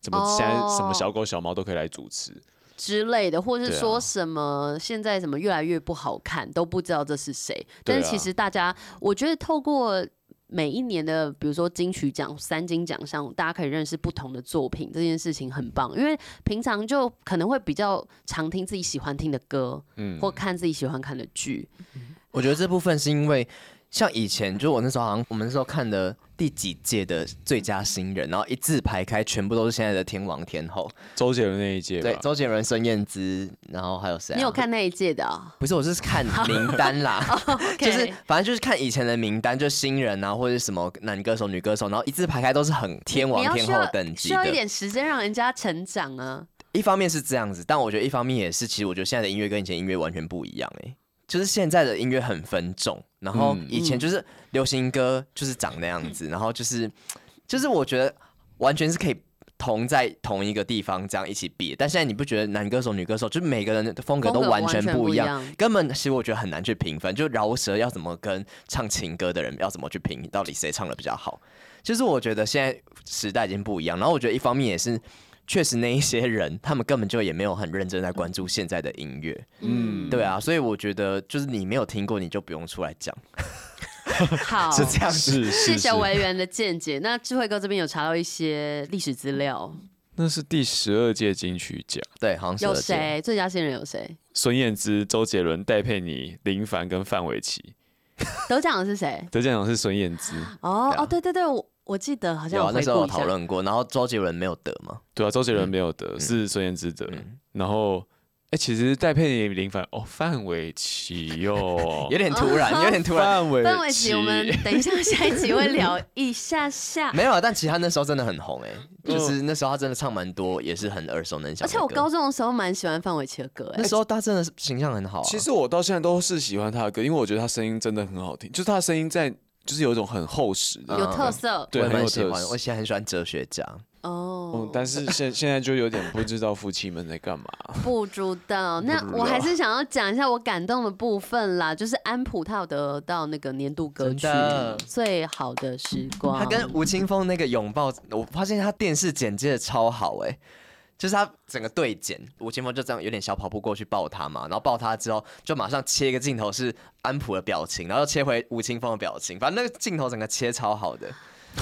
Speaker 2: 怎么现在什么
Speaker 1: 哦
Speaker 2: 小狗小猫都可以来主持？
Speaker 1: 之类的，或是
Speaker 2: 对啊
Speaker 1: 说什么、现在什么越来越不好看，都不知道这是谁。但
Speaker 2: 对
Speaker 1: 是
Speaker 2: 啊
Speaker 1: 其实大家，我觉得透过每一年的，比如说金曲奖、三金奖上，大家可以认识不同的作品，这件事情很棒。因为平常就可能会比较常听自己喜欢听的歌，
Speaker 2: 嗯，
Speaker 1: 或看自己喜欢看的剧。
Speaker 4: 我觉得这部分是因为，像以前就是我那时候好像我们那时候看的第几届的最佳新人，然后一字排开，全部都是现在的天王天后，
Speaker 2: 周杰伦那一届
Speaker 4: 对，
Speaker 2: 吧，
Speaker 4: 周杰伦、孙燕姿，然后还有谁、啊？
Speaker 1: 你有？看那一届的啊、
Speaker 4: 不是，我是看名单 啦。 就
Speaker 1: OK
Speaker 4: 是反正就是看以前的名单，就新人啊，或者是什么男歌手、女歌手，然后一字排开都是很天王
Speaker 1: 你要
Speaker 4: 天
Speaker 1: 需
Speaker 4: 后
Speaker 1: 要
Speaker 4: 等级
Speaker 1: 需要一
Speaker 4: 的。
Speaker 1: 点时间让人家成长啊。
Speaker 4: 一方面是这样子，但我觉得一方面也是，其实我觉得现在的音乐跟以前音乐完全不一样哎、就是现在的音乐很分众，然后
Speaker 2: 嗯
Speaker 4: 以前就是流行歌就是长那样子，然后就是就是我觉得完全是可以。同在同一个地方这样一起比，但现在你不觉得男歌手、女歌手就是每个人的风格
Speaker 1: 风
Speaker 4: 都
Speaker 1: 格
Speaker 4: 完
Speaker 1: 完
Speaker 4: 全
Speaker 1: 全
Speaker 4: 不
Speaker 1: 不
Speaker 4: 一
Speaker 1: 一
Speaker 4: 样，
Speaker 1: 样
Speaker 4: 根本其实我觉得很难去评分，就饶舌要怎么跟唱情歌的人要怎么去评，到底谁唱的比较好？就是我觉得现在时代已经不一样，然后我觉得一方面也是，确实那一些人他们根本就也没有很认真在关注现在的音乐，
Speaker 1: 嗯，
Speaker 4: 对啊，所以我觉得就是你没有听过你就不用出来讲，
Speaker 1: 好，
Speaker 4: 是这样子。
Speaker 2: 是
Speaker 1: 谢
Speaker 2: 是
Speaker 1: 谢
Speaker 2: 是，
Speaker 1: 委员的见解。那智慧哥这边有查到一些历史资料，
Speaker 2: 那是第十二届金曲奖，
Speaker 4: 对，好像是
Speaker 1: 有
Speaker 4: 这样？
Speaker 1: 谁最佳新人有谁？
Speaker 2: 孙燕姿、周杰伦、戴佩妮、林凡跟范玮琪，
Speaker 1: 得奖的是谁？
Speaker 2: 得奖奖是孙燕 姿，
Speaker 1: 哦
Speaker 4: 对啊
Speaker 1: 哦，对对对，我我记得好像
Speaker 4: 有啊，那
Speaker 1: 回
Speaker 4: 时候
Speaker 1: 顾
Speaker 4: 有
Speaker 1: 一
Speaker 4: 讨
Speaker 1: 下。
Speaker 4: 论过，然后周杰伦没有得嘛？
Speaker 2: 对啊，周杰伦没有
Speaker 1: 嗯
Speaker 2: 得，是孙燕姿得，然后。哎、其实戴佩妮、林凡哦，范玮琪 哟
Speaker 1: 哦
Speaker 4: 有，点突 然，有点突
Speaker 1: 啊
Speaker 4: 然，
Speaker 2: 范玮
Speaker 1: 范玮琪，我们等一下下一集会聊一下下。
Speaker 4: 没有啊。但其实他 那时候真的很红哎、就是那时候他真的唱蛮多，也是很耳熟能详
Speaker 1: 嗯而
Speaker 4: 的
Speaker 1: 且
Speaker 4: 歌。
Speaker 1: 我高中的时候蛮喜欢范玮琪的歌，哎
Speaker 4: 那，时候他真的是形象很好、啊。
Speaker 2: 其实我到现在都是喜欢他的歌，因为我觉得他声音真的很好听，就是他的声音在，就是有一种很厚实的，嗯
Speaker 1: 有
Speaker 4: 嗯
Speaker 1: 特色
Speaker 4: 我
Speaker 2: 对，
Speaker 4: 也
Speaker 2: 很有
Speaker 4: 蛮喜
Speaker 2: 特
Speaker 4: 欢，我
Speaker 2: 色。
Speaker 4: 现在很喜欢哲学家。
Speaker 1: 哦
Speaker 2: 嗯，。但是现现在就有点不知道夫妻们在 干嘛。
Speaker 1: 不知道，那
Speaker 2: 不知道
Speaker 1: 我还是想要讲一下我感动的部分啦，就是安普他有得到那个年度歌曲
Speaker 4: 真的
Speaker 1: 《最好的时光》，
Speaker 2: 啊
Speaker 4: 他跟吴青峰那个拥抱，我发现他电视剪接的超好哎、就是他整个对剪，吴青峰就这样有点小跑步过去抱他嘛，然后抱他之后就马上切一个镜头是安普的表情，然后又切回吴青峰的表情，反正那个镜头整个切超好的，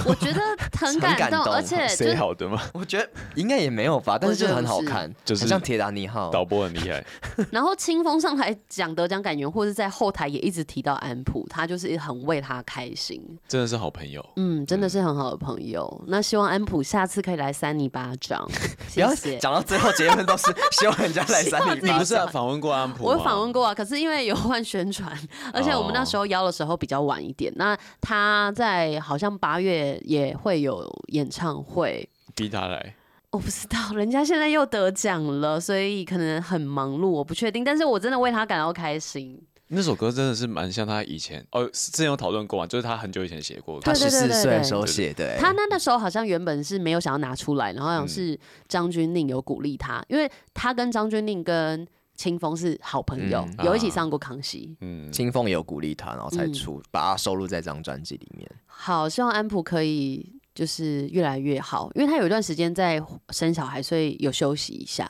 Speaker 1: 我觉得 很感
Speaker 4: 感
Speaker 1: 动，
Speaker 4: 动
Speaker 1: 而且就
Speaker 2: 谁好的吗？
Speaker 4: 我觉得应该也没有吧，但是就很好看，
Speaker 2: 就是
Speaker 4: 很像铁达尼号。
Speaker 2: 导播很厉害，
Speaker 1: 然后清风上台讲得奖感言，或是在后台也一直提到安普，他就是很为他开心。
Speaker 2: 真的是好 朋友。
Speaker 1: 嗯，真的是很好的朋友。那希望安普下次可以来扇你巴掌，
Speaker 4: 不
Speaker 1: 谢
Speaker 4: 要
Speaker 1: 谢。
Speaker 4: 讲到最后结论都是 希望人家来三
Speaker 1: 希望
Speaker 4: 零
Speaker 1: 自
Speaker 2: 你
Speaker 1: 己
Speaker 4: 八
Speaker 2: 不，是啊访问过安普吗？
Speaker 1: 我有访问过啊，可是因为有换宣传，而且我们那时候邀的时候比较晚一点。那他在好像八月也会有演唱会，
Speaker 2: 逼他来。
Speaker 1: 我不知道，人家现在又得奖了，所以可能很忙碌，我不确定。但是我真的为他感到开心。
Speaker 2: 那首歌真的是蛮像他以前哦，之前有讨论过嘛，就是他很久以前写过的
Speaker 4: 他
Speaker 1: 对对
Speaker 4: 十四
Speaker 1: 对对
Speaker 4: 岁的时候写的、欸，
Speaker 1: 他那那时候好像原本是没有想要拿出来，然后好像是张钧甯有鼓励他，因为他跟张钧甯跟清风是好朋友，
Speaker 2: 嗯
Speaker 1: 有一起
Speaker 2: 啊
Speaker 1: 上过康熙。
Speaker 2: 嗯，
Speaker 4: 清风也有鼓励他，然后才
Speaker 1: 嗯
Speaker 4: 出、把他收录在这张专辑里面。
Speaker 1: 好，希望安普可以就是越来越好，因为他有一段时间在生小孩，所以有休息一下。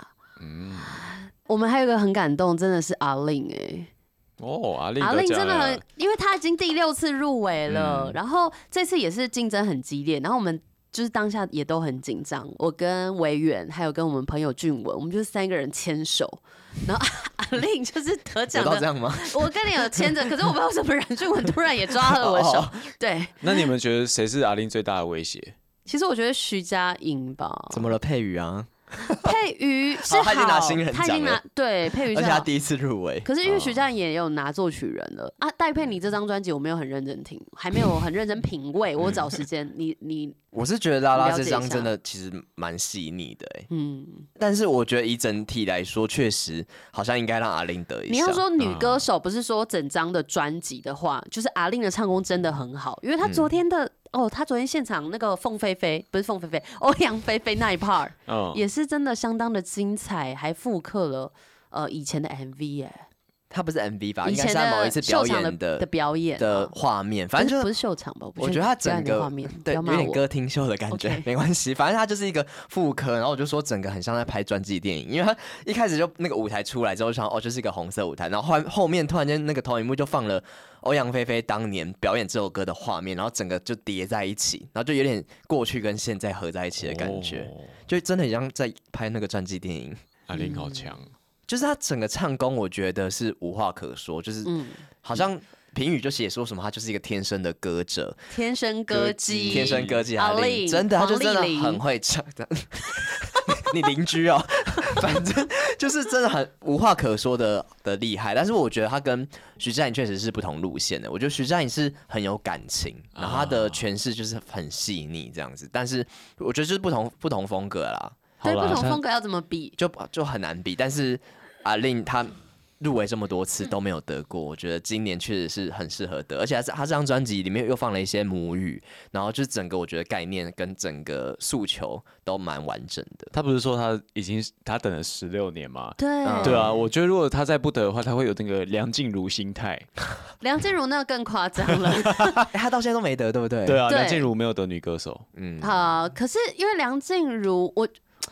Speaker 1: 我们还有一个很感动，真的是阿令哎、
Speaker 2: 哦，阿令
Speaker 1: 阿
Speaker 2: 得
Speaker 1: 令
Speaker 2: 奖
Speaker 1: 真的
Speaker 2: 了
Speaker 1: 很，因为他已经第六次入围了，
Speaker 4: 嗯
Speaker 1: 然后这次也是竞争很激烈，然后我们。就是当下也都很紧张，我跟维远还有跟我们朋友俊文，我们就是三个人牵手，然后阿令就是得
Speaker 4: 有
Speaker 1: 奖
Speaker 4: 到这
Speaker 1: 的，
Speaker 4: 样吗？
Speaker 1: 我跟你有牵着，可是我不知道为什么冉俊文突然也抓了我的手
Speaker 4: 哦，
Speaker 1: 对，
Speaker 2: 那你们觉得谁是阿令最大的威胁？
Speaker 1: 其实我觉得徐佳莹吧，
Speaker 4: 怎么了，佩宇啊？哦
Speaker 1: 佩瑜是
Speaker 4: 好他已经拿新人
Speaker 1: 他已
Speaker 4: 奖
Speaker 1: 经拿
Speaker 4: 了
Speaker 1: 对佩瑜
Speaker 4: 而
Speaker 1: 是
Speaker 4: 且他
Speaker 1: 好。
Speaker 4: 第一次入围，
Speaker 1: 可是因为徐佳莹也有拿作曲人了、啊，戴佩妮这张专辑我没有很认真听，还没有很认真品味，我找时
Speaker 4: 嗯
Speaker 1: 间，你你
Speaker 4: 我是觉得拉拉
Speaker 1: 了解
Speaker 4: 这
Speaker 1: 一
Speaker 4: 张
Speaker 1: 下
Speaker 4: 真的其实蛮细腻的、欸，
Speaker 1: 嗯，
Speaker 4: 但是我觉得以整体来说，确实好像应该让阿玲得一下。
Speaker 1: 你要说女歌手不是说整张的专辑的话，就是阿令的唱功真的很好，因为
Speaker 4: 嗯
Speaker 1: 她昨天的、哦，她昨天现场那个凤飞飞不是凤飞飞， 欧阳菲菲那一 part
Speaker 4: 哦
Speaker 2: 嗯，
Speaker 1: 也是真的相当的精彩，还复刻了呃以前的 MV 耶、
Speaker 4: 她不是 MV
Speaker 1: 以
Speaker 4: 吧？啊应该
Speaker 1: 前
Speaker 4: 是她某一次表
Speaker 1: 秀场
Speaker 4: 演
Speaker 1: 的
Speaker 4: 的
Speaker 1: 表演啊
Speaker 4: 的画面，反正
Speaker 1: 不
Speaker 4: 就是
Speaker 1: 是秀场吧？不
Speaker 4: 我
Speaker 1: 确
Speaker 4: 觉
Speaker 1: 定
Speaker 4: 得他
Speaker 1: 表演
Speaker 4: 整
Speaker 1: 的画
Speaker 4: 个
Speaker 1: 面不
Speaker 4: 对
Speaker 1: 要
Speaker 4: 有
Speaker 1: 骂
Speaker 4: 点
Speaker 1: 我
Speaker 4: 歌厅秀的感觉
Speaker 1: OK
Speaker 4: 没关系，反正他就是一个副科，然后我就说整个很像在拍专辑电影，因为他一开始就那个舞台出来之后，就想哦就是一个红色舞台，然后后后面突然间那个投影幕就放了欧阳菲菲当年表演这首歌的画面，然后整个就叠在一起，然后就有点过去跟现在合在一起的感觉，
Speaker 2: 哦
Speaker 4: 就真的很像在拍那个传记电影。
Speaker 2: 阿玲好强，
Speaker 4: 就是他整个唱功，我觉得是无话可说，就是
Speaker 1: 嗯
Speaker 4: 好像评语就写说什么他就是一个天生的歌者，
Speaker 1: 天生歌姬，
Speaker 4: 天生歌姬
Speaker 1: 阿
Speaker 4: 阿
Speaker 1: 令
Speaker 4: 令，真的，他
Speaker 1: 黄
Speaker 4: 就真的
Speaker 1: 丽玲
Speaker 4: 很会唱。你邻居哦， 反正就是真的很无话可说的的厉害。但是我觉得他跟徐佳莹确实是不同路线的。我觉得徐佳莹是很有感情，
Speaker 1: 啊
Speaker 4: 然后他的诠释就是很细腻这样子。但是我觉得就是不同不同风格啦，
Speaker 1: 对
Speaker 2: 好啦
Speaker 1: 不同
Speaker 2: 像
Speaker 1: 风格要怎么比？
Speaker 4: 就就很难比。但是阿令他入围这么多次都没有得过，我觉得今年确实是很适合得，而且他这他这张专辑里面又放了一些母语，然后就是整个我觉得概念跟整个诉求都蛮完整的。
Speaker 2: 他不是说他已经他等了十六年吗？
Speaker 1: 对
Speaker 4: 嗯
Speaker 2: 对啊，我觉得如果他再不得的话，他会有那个梁静茹心态。
Speaker 1: 梁静茹那个更夸张了。
Speaker 4: 哎他到现在都没得，对不对？
Speaker 2: 对啊，
Speaker 1: 对
Speaker 2: 梁静茹没有得女歌手，
Speaker 4: 嗯，
Speaker 1: 好，可是因为梁静茹，我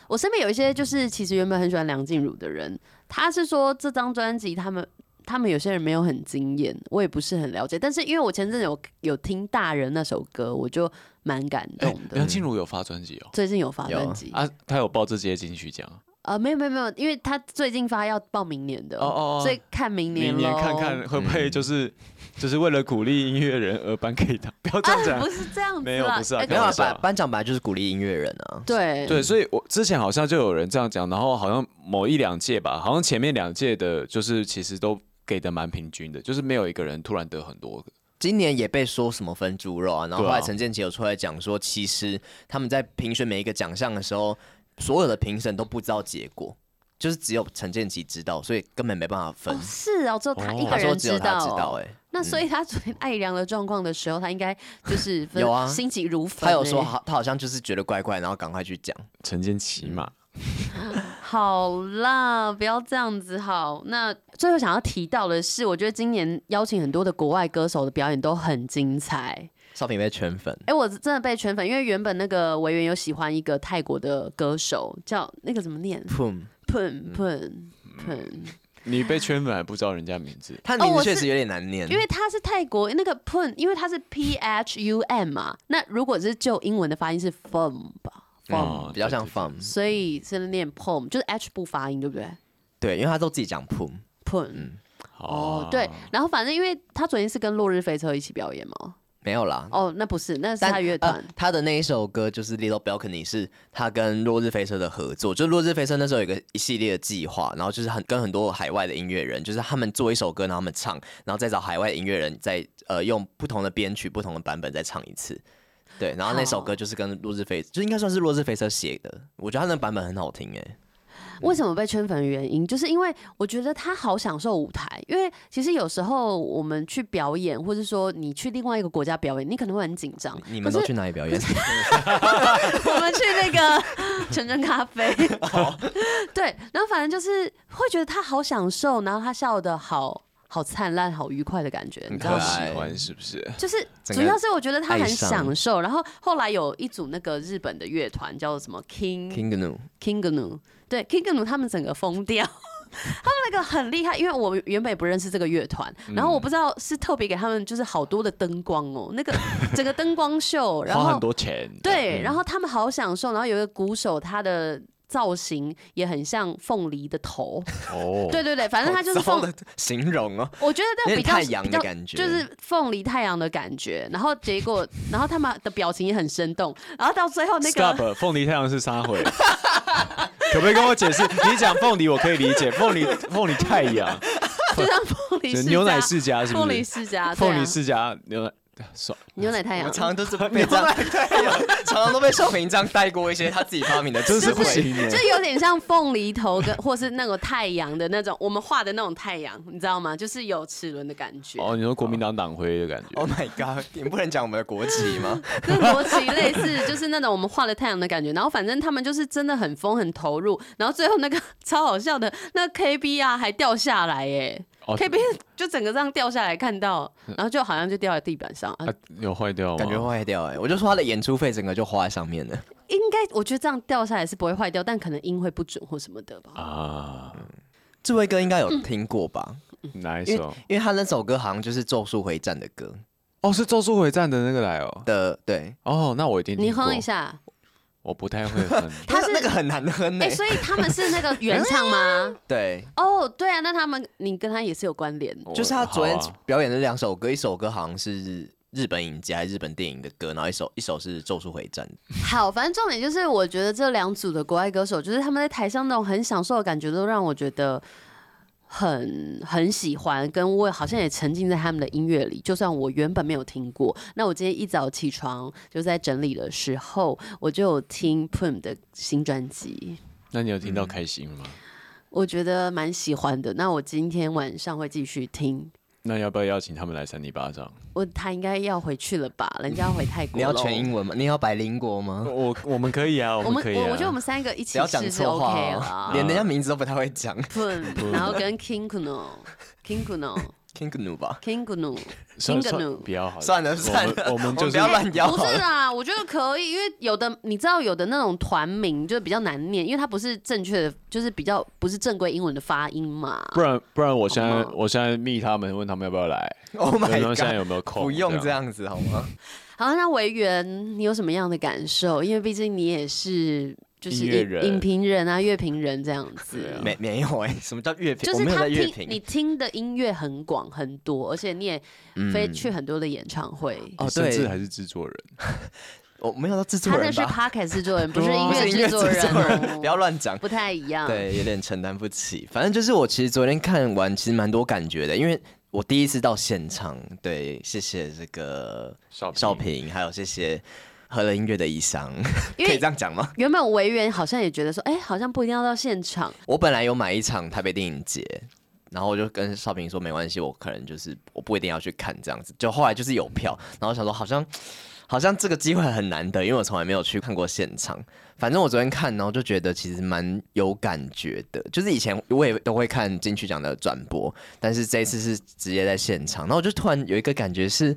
Speaker 1: 我身边有一些就是其实原本很喜欢梁静茹的人，他是说这张专辑他们。他们有些人没有很惊艳，我也不是很了解。但是因为我前阵子有有听《大人》那首歌，我就蛮感动的。
Speaker 2: 哎梁静茹有发专辑哦。
Speaker 1: 最近有发
Speaker 4: 有
Speaker 1: 专辑，
Speaker 2: 啊，他有报这届金曲奖，
Speaker 1: 呃，没有没有没有，因为他最近发要报明年的，
Speaker 2: 哦哦哦
Speaker 1: 所以看明年
Speaker 2: 明
Speaker 1: 咯
Speaker 2: 年看看会不会
Speaker 4: 嗯
Speaker 2: 就是就是为了鼓励音乐人而颁给他， 不要这样
Speaker 1: 啊，
Speaker 2: 讲
Speaker 1: 不。是这样子啦，
Speaker 2: 没有不是啊
Speaker 1: 哎
Speaker 2: 开
Speaker 4: 没有
Speaker 2: 玩
Speaker 4: 啊，
Speaker 2: 笑
Speaker 4: 班班长本来就是鼓励音乐人啊。
Speaker 1: 对
Speaker 2: 对，所以我之前好像就有人这样讲，然后好像某一两届吧，好像前面两届的，就是其实都给的蛮平均的，就是没有一个人突然得很多个。
Speaker 4: 今年也被说什么分猪肉啊，然后
Speaker 2: 对啊
Speaker 4: 后来陈建奇有出来讲说，其实他们在评选每一个奖项的时候，所有的评审都不知道结果，就是只有陈建奇知道，所以根本没办法分。
Speaker 1: 哦是哦，只有他一
Speaker 2: 哦
Speaker 1: 个
Speaker 4: 他说
Speaker 1: 人
Speaker 4: 只有他
Speaker 1: 道
Speaker 4: 知道、
Speaker 1: 哦。
Speaker 4: 哎、
Speaker 1: 那所以他昨天艾良的状况的时候，他应该就是分
Speaker 4: 有啊
Speaker 1: 心急如焚
Speaker 4: 他
Speaker 1: 欸。
Speaker 4: 有说好，他好像就是觉得怪怪，然后赶快去讲。
Speaker 2: 陈建奇嘛，
Speaker 1: 好啦，不要这样子好。那最后想要提到的是，我觉得今年邀请很多的国外歌手的表演都很精彩。
Speaker 4: 少平被圈粉，
Speaker 1: 哎、我真的被圈粉，因为原本那个维园有喜欢一个泰国的歌手，叫那个怎么念？
Speaker 4: 砰！
Speaker 1: 喷喷
Speaker 4: 嗯
Speaker 1: 喷，
Speaker 2: 你被圈粉还不知道人家名字，
Speaker 4: 他
Speaker 1: 哦
Speaker 4: 的名
Speaker 1: 我
Speaker 4: 字
Speaker 1: 是
Speaker 4: 确实有点难念，
Speaker 1: 因为他是泰国那个 pun，因为他是 p h u m 嘛，那如果是就英文的发音是 fum 吧，fum，、
Speaker 2: 哦
Speaker 4: 比较像
Speaker 2: 对对
Speaker 4: fun，
Speaker 1: 所以是念 pom，就是 h 不发音，对不对
Speaker 4: 对，因为他都自己讲 pum，
Speaker 1: ？pun，、哦，
Speaker 4: 嗯
Speaker 1: 对，然后反正因为他昨天是跟落日飞车一起表演嘛，
Speaker 4: 没有啦。
Speaker 1: 哦，那不是，那是
Speaker 4: 但
Speaker 1: 他乐
Speaker 4: 呃
Speaker 1: 团，
Speaker 4: 他的那一首歌就是《Little Balcony》，是他跟落日飞车的合作。就是落日飞车那时候有一个一系列的计划，然后就是很跟很多海外的音乐人，就是他们做一首歌，然后他们唱，然后再找海外的音乐人再呃用不同的编曲、不同的版本再唱一次。对，然后那首
Speaker 1: 好
Speaker 4: 歌就是跟落日飞，就应该算是落日飞车写的。我觉得他那个版本很好听哎、
Speaker 1: 为什么被圈粉的原因，就是因为我觉得他好享受舞台。因为其实有时候我们去表演，或者说你去另外一个国家表演，你可能会很紧张。
Speaker 4: 你们都去哪里表演？
Speaker 1: 我们去那 个纯真咖啡，对，然后反正就是会觉得他好享受，然后他笑的好好灿烂、好愉快的感觉，你知
Speaker 4: 可
Speaker 1: 道
Speaker 2: 他
Speaker 1: 吗？
Speaker 2: 喜欢是不是？
Speaker 1: 就是
Speaker 4: 整
Speaker 1: 主
Speaker 4: 个
Speaker 1: 要是我觉得他很
Speaker 4: 爱上
Speaker 1: 享受，然后后来有一组那个日本的乐团叫什么 King
Speaker 4: King n o
Speaker 1: Kinganu，对 Kinganu 他们整个疯掉， 他们那个很厉害，因为我原本也不认识这个乐团，
Speaker 4: 嗯
Speaker 1: 然后我不知道是特别给他们就是好多的灯光哦，那个整个灯光 秀，然
Speaker 2: 花
Speaker 1: 后
Speaker 2: 很多钱，
Speaker 1: 对，然后他们好享受，然后有一个鼓手他的。造型也很像凤梨的头，
Speaker 2: 哦，
Speaker 1: 对对对，反正他就是凤
Speaker 4: 的形 容哦，
Speaker 1: 我觉得那
Speaker 4: 有
Speaker 1: 比
Speaker 4: 点
Speaker 1: 较
Speaker 4: 太阳
Speaker 1: 比
Speaker 4: 的
Speaker 1: 较
Speaker 4: 感觉
Speaker 1: 就是凤梨太阳的感觉。然后结果， 然后他们的表情也很生动。然后到最后那个
Speaker 2: Stop，凤梨太阳是撒回， 可不可以跟我解释？你讲凤梨我可以理解，凤梨凤梨太阳，
Speaker 1: 就像凤梨世家
Speaker 2: 牛奶世家是不
Speaker 1: 凤
Speaker 2: 是？
Speaker 1: 梨世家，对啊
Speaker 2: 凤梨世家牛奶爽，
Speaker 1: 牛奶太
Speaker 4: 我
Speaker 1: 阳，
Speaker 4: 常常都是 被这样，常常都被邵平这样带过一些他自己发明的
Speaker 2: 真
Speaker 4: 词
Speaker 2: 是不
Speaker 4: 汇。
Speaker 2: 行耶
Speaker 1: 就有点像凤梨头跟 或是那个太阳的那种，我们画的那种太阳，你知道吗？就是有齿轮的感觉，
Speaker 2: 哦，你说国民党党徽的感觉
Speaker 4: Oh，my god！你不能讲我们的国 籍吗？
Speaker 1: 跟国旗类似，就是那种我们画的太阳的感觉。然后反正他们就是真的很疯很投入，然后最后那个 超好笑的，那 KB 啊还掉下来耶、
Speaker 2: 哦
Speaker 1: KB 就整个这样掉下来，看到，然后就好像就掉在地板上。啊
Speaker 2: 啊、有坏掉吗？
Speaker 4: 感觉坏掉哎、我就说他的演出费整个就花在上面了。
Speaker 1: 应该我觉得这样掉下来是不会坏掉，但可能音会不准或什么的吧。
Speaker 2: 啊，
Speaker 4: 智慧哥应该有听过吧？
Speaker 2: 嗯哪一
Speaker 4: 嗯因为
Speaker 2: 首？
Speaker 4: 因为他那首歌好像就是《咒术回战》的歌
Speaker 2: 哦，是《咒术回战》的那个来哦。
Speaker 4: 的，对，
Speaker 2: 哦，那我一定
Speaker 1: 你
Speaker 2: 听过
Speaker 1: 哼一，下，
Speaker 2: 我不太会 哼。
Speaker 1: 他
Speaker 4: 他
Speaker 1: 是
Speaker 4: 是那个很难哼呢、欸
Speaker 1: 哎、所以他们是那个原唱吗？
Speaker 4: 对，
Speaker 1: 哦对啊，那他们你跟他也是有关联。
Speaker 4: 就是他昨天
Speaker 2: 好啊
Speaker 4: 表演的两首歌，一首歌好像是日本影集还是日本电影的歌，然后一首一首是《咒术回战》。
Speaker 2: 哦
Speaker 1: 好，反正重点就是，我觉得这两组的国外歌手，就是他们在台上那种很享受的感觉，都让我觉得很很喜欢，跟我好像也沉浸在他们的音乐里。就算我原本没有听过，那我今天一早起床就在整理的时候，我就有听 Pum 的新专辑。
Speaker 2: 那你有听到
Speaker 4: 嗯
Speaker 2: 开心吗？
Speaker 1: 我觉得蛮喜欢的，那我今天晚上会继续听。
Speaker 2: 那要不要邀请他们来扇你巴 掌？
Speaker 1: 我他应该要回去了吧？人家要回泰国
Speaker 4: 你要
Speaker 1: 咯
Speaker 4: 全英文
Speaker 2: 哦
Speaker 4: 吗？你要百灵国吗？
Speaker 2: 我我们可以啊，
Speaker 1: 我
Speaker 2: 我
Speaker 1: 们
Speaker 2: 们可以
Speaker 1: 我
Speaker 2: 啊。
Speaker 1: 我觉得我们三个一起
Speaker 4: 不要讲
Speaker 1: 试是
Speaker 4: 错话
Speaker 1: OK
Speaker 4: 哦
Speaker 1: 啦，。
Speaker 4: 连人家名字都不太会讲。
Speaker 1: Pun，然后跟 King Kuno。King Kuno,
Speaker 4: King Gnu 吧，
Speaker 1: King Kuno，
Speaker 2: 算
Speaker 1: Kinga
Speaker 2: 算
Speaker 1: Nu
Speaker 2: 不要好了，
Speaker 4: 算了
Speaker 2: 我们
Speaker 4: 算了，
Speaker 2: 我们就是
Speaker 4: 不要乱摇
Speaker 1: 不。是啦，我觉得可以，因为有的你知道，有的那种团名就比较难念，因为它不是正确的，就是比较不是正规英文的发音嘛。
Speaker 2: 不然不然，我现在
Speaker 1: 哦好吗
Speaker 2: 我现在密他们，问他们要不要来，
Speaker 4: Oh
Speaker 2: 问他
Speaker 4: my
Speaker 2: 们现在
Speaker 4: god！
Speaker 2: 有没有空？
Speaker 4: 不用这，样子好吗？
Speaker 1: 好，那维园，你有什么样的感受？因为毕竟你也是就是
Speaker 2: 音乐
Speaker 1: 影
Speaker 2: 人
Speaker 1: 影评人啊、乐评人这样子。
Speaker 2: 啊
Speaker 4: 没没有哎、 什么叫乐评？
Speaker 1: 就
Speaker 4: 我
Speaker 1: 是
Speaker 4: 没有
Speaker 1: 他
Speaker 4: 在乐
Speaker 1: 听你
Speaker 4: 评。
Speaker 1: 听的音乐很广很多，而且你也
Speaker 4: 嗯
Speaker 1: 飞去很多的演唱会。
Speaker 4: 哦，
Speaker 2: 甚至还
Speaker 4: 对，
Speaker 2: 是制作人。
Speaker 4: 我没有到制作
Speaker 1: 他那
Speaker 4: 人
Speaker 1: 是
Speaker 4: 吧？哦
Speaker 1: podcast 制 作人，不是
Speaker 2: 对啊
Speaker 1: 音
Speaker 4: 不是
Speaker 1: 乐
Speaker 4: 音乐
Speaker 1: 制
Speaker 4: 制
Speaker 1: 作人
Speaker 4: 作人，
Speaker 1: 哦，
Speaker 4: 不要乱讲。
Speaker 1: 不太一样。
Speaker 4: 对，有点承担不起。反正就是我其实昨天看完，其实蛮多感觉的，因为我第一次到现场。对，谢谢这个
Speaker 2: 少
Speaker 4: 少平，还有谢谢和乐音乐的医生， 可
Speaker 1: 因为
Speaker 4: 以这样讲吗？
Speaker 1: 原本维园好像也觉得说，哎、好像不一定要到现场，
Speaker 4: 我本来有买一场台北电影节。然后我就跟少平说没关系，我可能就是我不一定要去看这样子。就后来就是有票，然后想说好像好像这个机会很难得，因为我从来没有去看过现场。反正我昨天看，然后就觉得其实蛮有感觉的。就是以前我也都会看金曲奖的转播，但是这一次是直接在现场。然后我就突然有一个感觉是，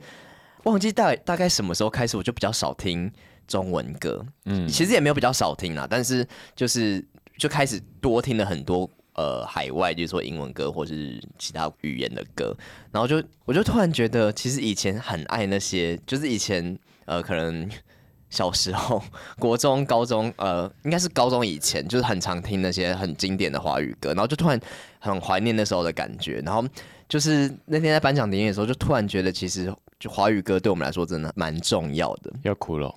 Speaker 4: 忘记大大概什么时候开始，我就比较少听中文歌。嗯，其实也没有比较少听啦，但是就是就开始多听了很多。呃，海外就是说英文歌或是其他语言的歌，然后就我就突然觉得，其实以前很爱那些，就是以前呃，可能小时候、国中、高中，呃，应该是高中以前，就是很常听那些很经典的华语歌，然后就突然很怀念那时候的感觉。然后就是那天在颁奖典礼的时候，就突然觉得其实就华语歌对我们来说真的蛮重要的。
Speaker 2: 要哭了，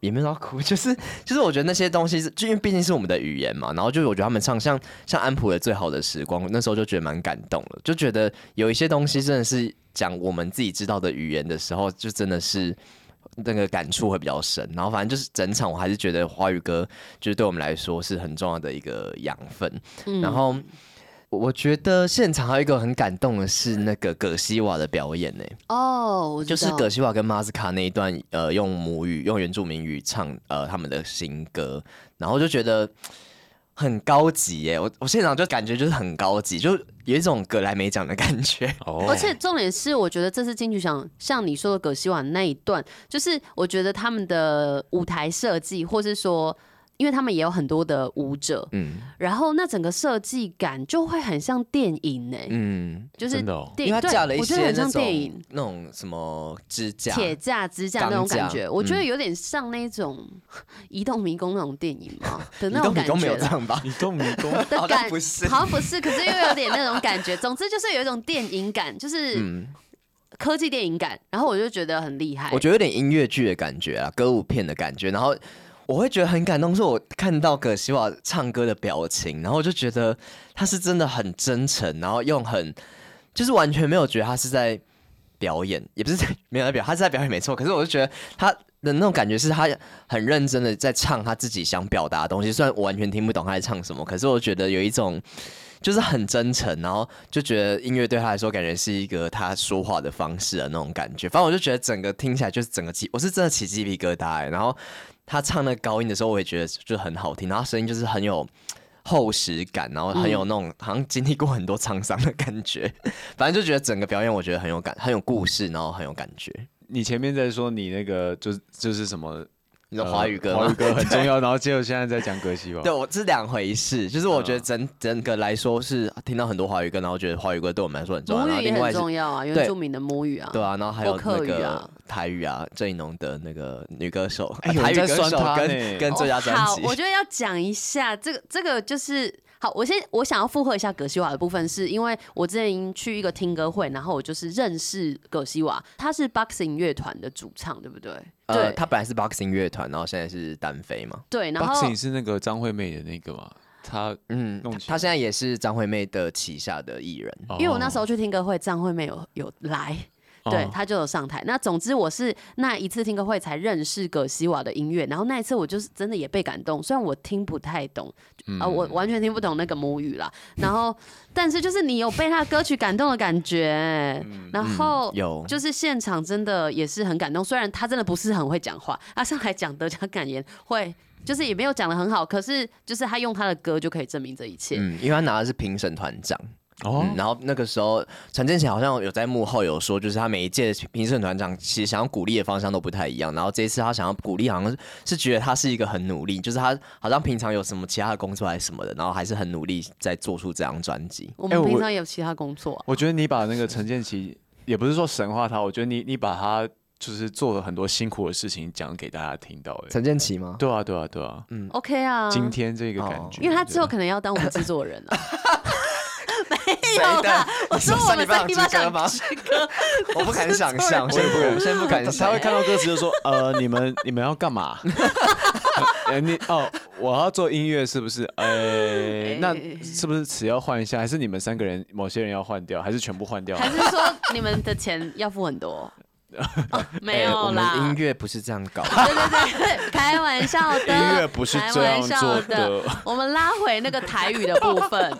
Speaker 4: 也没有到哭， 就是就是我觉得那些东西是，就因为毕竟是我们的语言嘛，然后就是我觉得他们唱像像安普的《最好的时光》，那时候就觉得蛮感动了，就觉得有一些东西真的是讲我们自己知道的语言的时候，就真的是那个感触会比较深。然后反正就是整场，我还是觉得华语歌就是对我们来说是很重要的一个养分。
Speaker 2: 嗯
Speaker 4: 然
Speaker 1: 嗯
Speaker 4: 后我我觉得现场还有一个很感动的是那个葛西瓦的表演呢、
Speaker 1: 哦，我知
Speaker 4: 就
Speaker 1: 道
Speaker 4: 是葛西瓦跟马斯卡那一段，呃，用母语、用原住民语唱呃他们的新歌，然后就觉得很高级耶！我我现场就感觉就是很高级，就有一种葛莱美奖的感觉。
Speaker 2: 哦
Speaker 1: 而且重点是，我觉得这次金曲奖像你说的葛西瓦那一段，就是我觉得他们的舞台设计，或是说，因为他们也有很多的舞者，
Speaker 4: 嗯
Speaker 1: 然后那整个设计感就会很像电影呢、
Speaker 4: 嗯，
Speaker 1: 就是
Speaker 2: 真的哦
Speaker 1: 电
Speaker 4: 因为他
Speaker 1: 对
Speaker 4: 架了一
Speaker 1: 我觉
Speaker 4: 些
Speaker 1: 得很
Speaker 4: 那
Speaker 1: 像电
Speaker 4: 种
Speaker 1: 影。
Speaker 4: 那种什么支架，
Speaker 1: 铁架、支架那种感
Speaker 4: 钢
Speaker 1: 觉，
Speaker 4: 架嗯
Speaker 1: 我觉得有点像那种 移动迷宫那种电影嘛的
Speaker 4: 你
Speaker 1: 那种
Speaker 4: 都你
Speaker 1: 感
Speaker 4: 都没有
Speaker 1: 觉
Speaker 4: 这
Speaker 1: 啦。
Speaker 4: 样吧？
Speaker 2: 你动迷宫，
Speaker 1: 的
Speaker 4: 好
Speaker 1: 感
Speaker 4: 像哦不是
Speaker 1: 好像不是，可是又有点那 种感觉。总之就是有一种电影感，就是
Speaker 4: 嗯，
Speaker 1: 科技电影感。然后我就觉得很厉害。
Speaker 4: 我觉得有点音乐剧的感觉啊，歌舞片的感觉，然后。我会觉得很感动，是我看到葛西瓦唱歌的表情，然后我就觉得他是真的很真诚，然后用很就是完全没有觉得他是在表演，也不是在 没有在表演，他是在表演没错， 可是我就觉得他的那种感觉是他很认真的在唱他自己想表达的东西，虽然我完全听不懂他在唱什么，可是我觉得有一种。就是很真诚，然后就觉得音乐对他来说，感觉是一个他说话的方式的那种感觉。反正我就觉得整个听起来就是整个起，我是真的起鸡皮疙瘩、欸。然后他唱那个高音的时候，我也觉得就很好听，然后他声音就是很有厚实感，然后很有那种、好像经历过很多沧桑的感觉。 反正就觉得整个表演，我觉得很有感，很有故事，然后很有感觉。
Speaker 2: 你前面在说你那个就是就是什么
Speaker 4: 你说华语歌
Speaker 2: 呃
Speaker 4: 吗？
Speaker 2: 华语歌很 重要，然后结果现在在讲歌西吧
Speaker 4: 对，。我是两回事，就是我觉得整、整个来说是听到很多华语歌，然后觉得华语歌对我们来说很重要。
Speaker 1: 母
Speaker 4: 然后
Speaker 1: 语也
Speaker 4: 另外
Speaker 1: 很
Speaker 4: 是
Speaker 1: 重要啊，原
Speaker 4: 对
Speaker 1: 住民的母语啊。
Speaker 4: 对啊，然后还
Speaker 1: 或
Speaker 4: 有那
Speaker 1: 客语
Speaker 4: 个
Speaker 1: 啊
Speaker 4: 台语啊，郑怡农的那个女歌手，
Speaker 2: 哎
Speaker 4: 啊
Speaker 2: 有人
Speaker 4: 台语
Speaker 2: 在
Speaker 4: 歌
Speaker 2: 酸
Speaker 4: 手
Speaker 2: 她
Speaker 4: 跟
Speaker 2: 呢
Speaker 4: 跟这家专
Speaker 1: 哦好
Speaker 4: 辑，，
Speaker 1: 我觉得要讲一下这个，这个就是好。我先我想要附和一下葛西瓦的部分，是因为我之前去一个听歌会，然后我就是认识葛西瓦，他是 Boxing 乐团的主唱，对不对？
Speaker 4: 呃，
Speaker 1: 对
Speaker 4: 她本来是 boxing 乐团，然后现在是单飞嘛，
Speaker 1: 对，然后
Speaker 2: Boxing 是那个张惠妹的那个嘛，她
Speaker 4: 嗯，
Speaker 2: 弄
Speaker 4: 她
Speaker 2: 起
Speaker 4: 她
Speaker 2: 来
Speaker 4: 现在也是张惠妹的旗下的艺人，
Speaker 1: 因为我那时候
Speaker 2: 哦
Speaker 1: 去听歌会，张惠妹有有来。对
Speaker 2: 哦
Speaker 1: 他就有上台。那总之我是那一次听歌会才认识葛西瓦的音乐，然后那一次我就是真的也被感动，虽然我听不太懂，
Speaker 2: 嗯
Speaker 1: 啊、我完全听不懂那个母语啦。然后，但是就是你有被他的歌曲感动的感觉，
Speaker 2: 嗯
Speaker 1: 然后、
Speaker 4: 有
Speaker 1: 就是现场真的也是很感动，虽然他真的不是很会讲话，他上来讲得奖感言会。就是也没有讲的很好，可是就是他用他的歌就可以证明这一切。
Speaker 4: 嗯，因为她拿的是评审团长，
Speaker 2: 哦
Speaker 4: 嗯，然后那个时候陈建奇好像有在幕后有说，就是他每一届的评审团长其实想要鼓励的方向都不太一样。然后这一次他想要鼓励，好像是是觉得他是一个很努力，就是他好像平常有什么其他的工作还是什么的，然后还是很努力在做出这张专辑。
Speaker 1: 我
Speaker 2: 哎
Speaker 1: 们
Speaker 2: 我
Speaker 1: 平常也有其他工作啊、
Speaker 2: 我觉得你把那个陈建奇，也不是说神化他，我觉得你你把他就是做了很多辛苦的事情讲给大家听到、欸，
Speaker 4: 陈建奇吗？
Speaker 2: 对啊，对啊，对啊，
Speaker 1: OK 啊，
Speaker 2: 今天这个感
Speaker 4: 哦
Speaker 2: 觉，
Speaker 1: 因为他之后可能要当我们制作 人了、没
Speaker 4: 谁
Speaker 1: 有
Speaker 4: 的
Speaker 1: 啦，我说我们在地方上
Speaker 4: 吗？
Speaker 1: 歌，
Speaker 4: 我不敢 想象，
Speaker 2: 我
Speaker 4: 先
Speaker 2: 也不敢
Speaker 4: 不先不敢
Speaker 2: 他
Speaker 4: 想
Speaker 2: 会。看到歌词就说，呃，你们你们要干 嘛？呃、你哦，我要做音乐是不是？呃、那是不是词要换一下？还是你们三个人某些人要换掉？还是全部换掉？
Speaker 1: 还是说你们的钱要付很 多？哦没
Speaker 4: 哎我
Speaker 1: 有啦，
Speaker 4: 们音乐不是这样搞的。
Speaker 2: 哎
Speaker 1: 对对对，开玩笑的，
Speaker 2: 音乐不是这
Speaker 1: 开
Speaker 2: 样做
Speaker 1: 玩笑
Speaker 2: 的
Speaker 1: 的。我们拉回那个台语的部 分，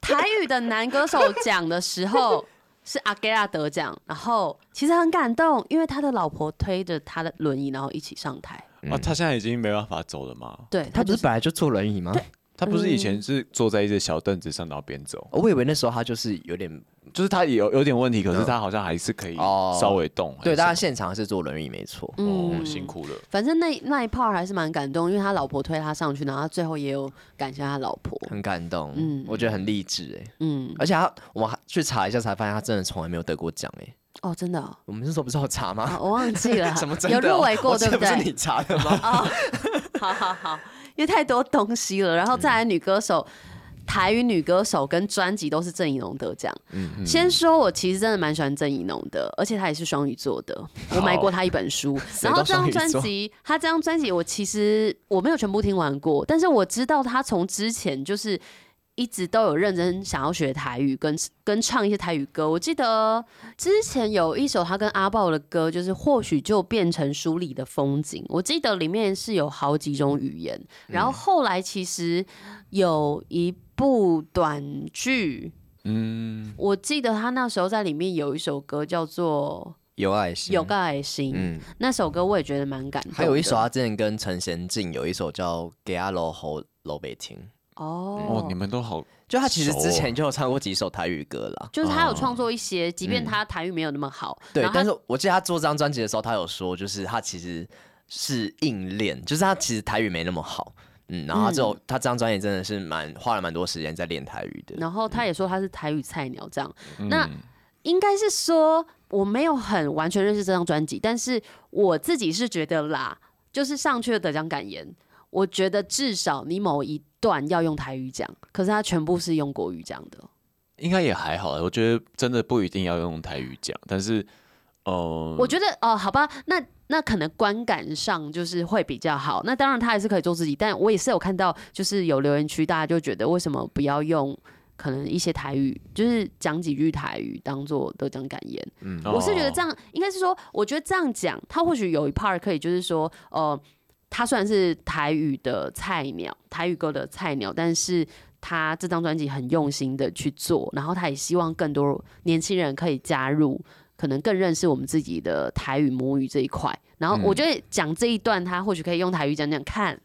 Speaker 1: 台语的男歌手奖的时候是阿盖拉得奖，然后其实很感动，因为他的老婆推着他的轮椅，然后一起上台。
Speaker 2: 啊，他现在已经没办法走了嘛。
Speaker 1: 对，
Speaker 4: 他不
Speaker 1: 就是
Speaker 4: 本来就坐轮椅吗？
Speaker 2: 他不是以前是坐在一只小凳子上，然后边走，
Speaker 4: 我以为那时候他就是有点
Speaker 2: 就是他有有点问题，可是他好像还是可以
Speaker 4: 哦
Speaker 2: 稍微动。
Speaker 4: 对，大
Speaker 2: 还
Speaker 4: 家
Speaker 2: 是
Speaker 4: 现场是坐轮椅没错。
Speaker 1: 嗯
Speaker 2: 哦辛苦了。
Speaker 1: 反正那那一 part 还是蛮感动，因为他老婆推他上去，然后他最后也有感谢他老 婆。
Speaker 4: 很感动，嗯
Speaker 1: 嗯，
Speaker 4: 我觉得很励志哎，
Speaker 1: 嗯，
Speaker 4: 而且他我们还去查一下才发现他真的从来没有得过奖哎，
Speaker 1: 哦，真的哦、
Speaker 4: 我们那时候不是有查
Speaker 1: 哦
Speaker 4: 吗？
Speaker 1: 我忘记了，
Speaker 4: 什么真的
Speaker 1: 有
Speaker 4: 哦
Speaker 1: 入围
Speaker 4: 我
Speaker 1: 过，对
Speaker 4: 这不
Speaker 1: 对？
Speaker 4: 是你查的吗？
Speaker 1: 哦， 好好好，因为太多东西了，然后再来女歌手。台语女歌手跟专辑都是郑怡农得奖。
Speaker 4: 嗯
Speaker 1: 先说，我其实真的蛮喜欢郑怡农的，而且她也是双鱼座的。我买过她一本 书，然后这张专辑，她这张专辑我其实我没有全部听完过，但是我知道她从之前就是一直都有认真想要学台语跟跟唱一些台语歌。我记得之前有一首他跟阿豹的歌，就是或许就变成书里的风景。我记得里面是有好几种语言，然后后来其实有一部短剧，
Speaker 2: 嗯，
Speaker 1: 我记得他那时候在里面有一首歌叫做
Speaker 4: 有爱
Speaker 1: 《
Speaker 4: 心，
Speaker 1: 有个爱心》，
Speaker 4: 嗯，
Speaker 1: 那首歌我也觉得蛮感动的。
Speaker 4: 还有一首他啊之前跟陈贤进有一首叫《给阿罗侯罗北听》，
Speaker 2: 哦
Speaker 4: 嗯
Speaker 1: 哦，，
Speaker 2: 你们都好
Speaker 4: 就他其实
Speaker 2: 熟哦
Speaker 4: 之前就有唱过几首台语歌啦。
Speaker 1: 就是他有创作一些，即便他台语没有那么好，
Speaker 4: 对
Speaker 1: 然，后
Speaker 4: 但
Speaker 1: 他
Speaker 4: 是我记得他做这张专辑的时候，他有说，就是他其实是硬练，就是他其实台语没那么好，嗯，然后他之后、他这张专辑真的是蛮花了蛮多时间在练台语的，
Speaker 1: 然后他也说他是台语菜鸟这样。
Speaker 2: 嗯
Speaker 1: 那应该是说我没有很完全认识这张专辑，但是我自己是觉得啦，就是上去的得奖感言，我觉得至少你某一段要用台语讲，可是他全部是用国语讲的。
Speaker 2: 应该也还好，我觉得真的不一定要用台语讲，但是，呃，
Speaker 1: 我觉得哦，好吧，那那可能观感上就是会比较好。那当然他还是可以做自己，但我也是有看到，就是有留言区大家就觉得为什么不要用可能一些台语，就是讲几句台语当做得奖感言。
Speaker 4: 嗯，
Speaker 1: 我是觉得这
Speaker 2: 样，
Speaker 1: 样，应该是说，我觉得这样讲，他或许有一 part 可以，就是说，呃，他虽然是台语的菜鸟，台语歌的菜鸟，但是他这张专辑很用心的去做，然后他也希望更多年轻人可以加入，可能更认识我们自己的台语母语这一块。然后我觉得讲这一段，他或许可以用台语讲讲看。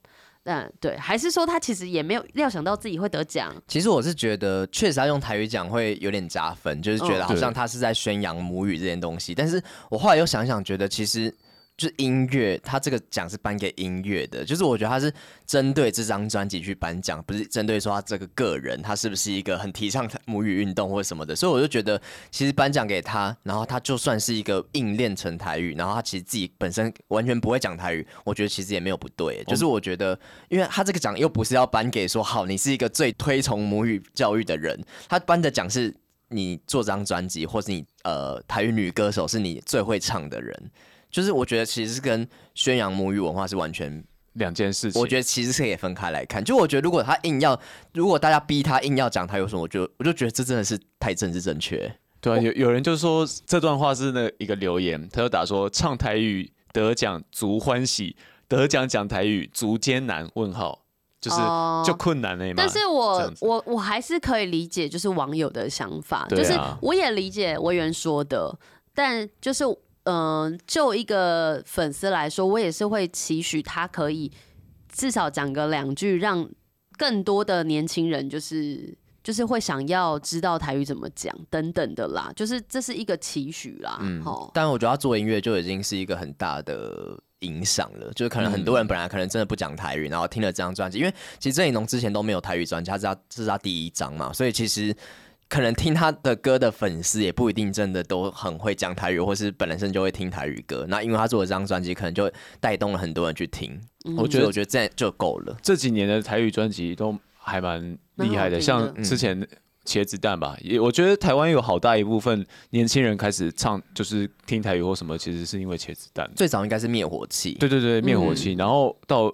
Speaker 1: 嗯，对，还是说他其实也没有料想到自己会得奖，
Speaker 4: 其实我是觉得，确实要用台语讲会有点加分，就是觉得好像他是在宣扬母语这件东西。但是我后来又想想，觉得其实就是音乐，他这个奖是颁给音乐的，就是我觉得他是针对这张专辑去颁奖，不是针对说他这个个人他是不是一个很提倡母语运动或什么的。所以我就觉得，其实颁奖给他，然后他就算是一个硬练成台语，然后他其实自己本身完全不会讲台语，我觉得其实也没有不对，就是我觉得。因为他这个奖又不是要颁给说好你是一个最推崇母语教育的人，他颁的奖是你做这张专辑，或是你呃台语女歌手是你最会唱的人，就是我觉得其实是跟宣扬母语文化是完全，
Speaker 2: 两件事情，
Speaker 4: 我觉得其实是可以分开来看。就我觉得如果他硬要，如果大家逼他硬要讲他有什么，我就我就觉得这真的是太政治正确。
Speaker 2: 对啊，有有人就说这段话是那一个留言，他就打说唱台语得奖足欢喜，得奖讲台语足艰难？问号就是、
Speaker 1: 哦
Speaker 2: 就困难了嘛。
Speaker 1: 但是
Speaker 2: 这
Speaker 1: 我
Speaker 2: 样子
Speaker 1: 我我还是可以理解，就是网友的想法，
Speaker 2: 对啊
Speaker 1: 就是我也理解维园说的，但就是嗯、呃就一个粉丝来说，我也是会期许他可以至少讲个两句，让更多的年轻人就是。就是会想要知道台语怎么讲等等的啦，就是这是一个期许啦，
Speaker 2: 嗯
Speaker 1: 吼
Speaker 4: 但我觉得他做音乐就已经是一个很大的影响了，就是可能很多人本来可能真的不讲台语，然后听了这张专辑，因为其实郑怡农之前都没有台语专辑，他是他这是他第一张嘛，所以其实。可能听他的歌的粉丝也不一定真的都很会讲台语，或是本身就会听台语歌。那因为他做了这张专辑，可能就带动了很多人去听。
Speaker 1: 嗯
Speaker 4: 我觉得，我觉得这样就够了。
Speaker 2: 这几年的台语专辑都还蛮厉害
Speaker 1: 蛮好听
Speaker 2: 的，
Speaker 1: 的
Speaker 2: 像之前茄子蛋吧，也我觉得台湾有好大一部分年轻人开始唱就是听台语或什么，其实是因为茄子蛋。
Speaker 4: 最早应该是灭火器，
Speaker 2: 对对对，灭火器，然后到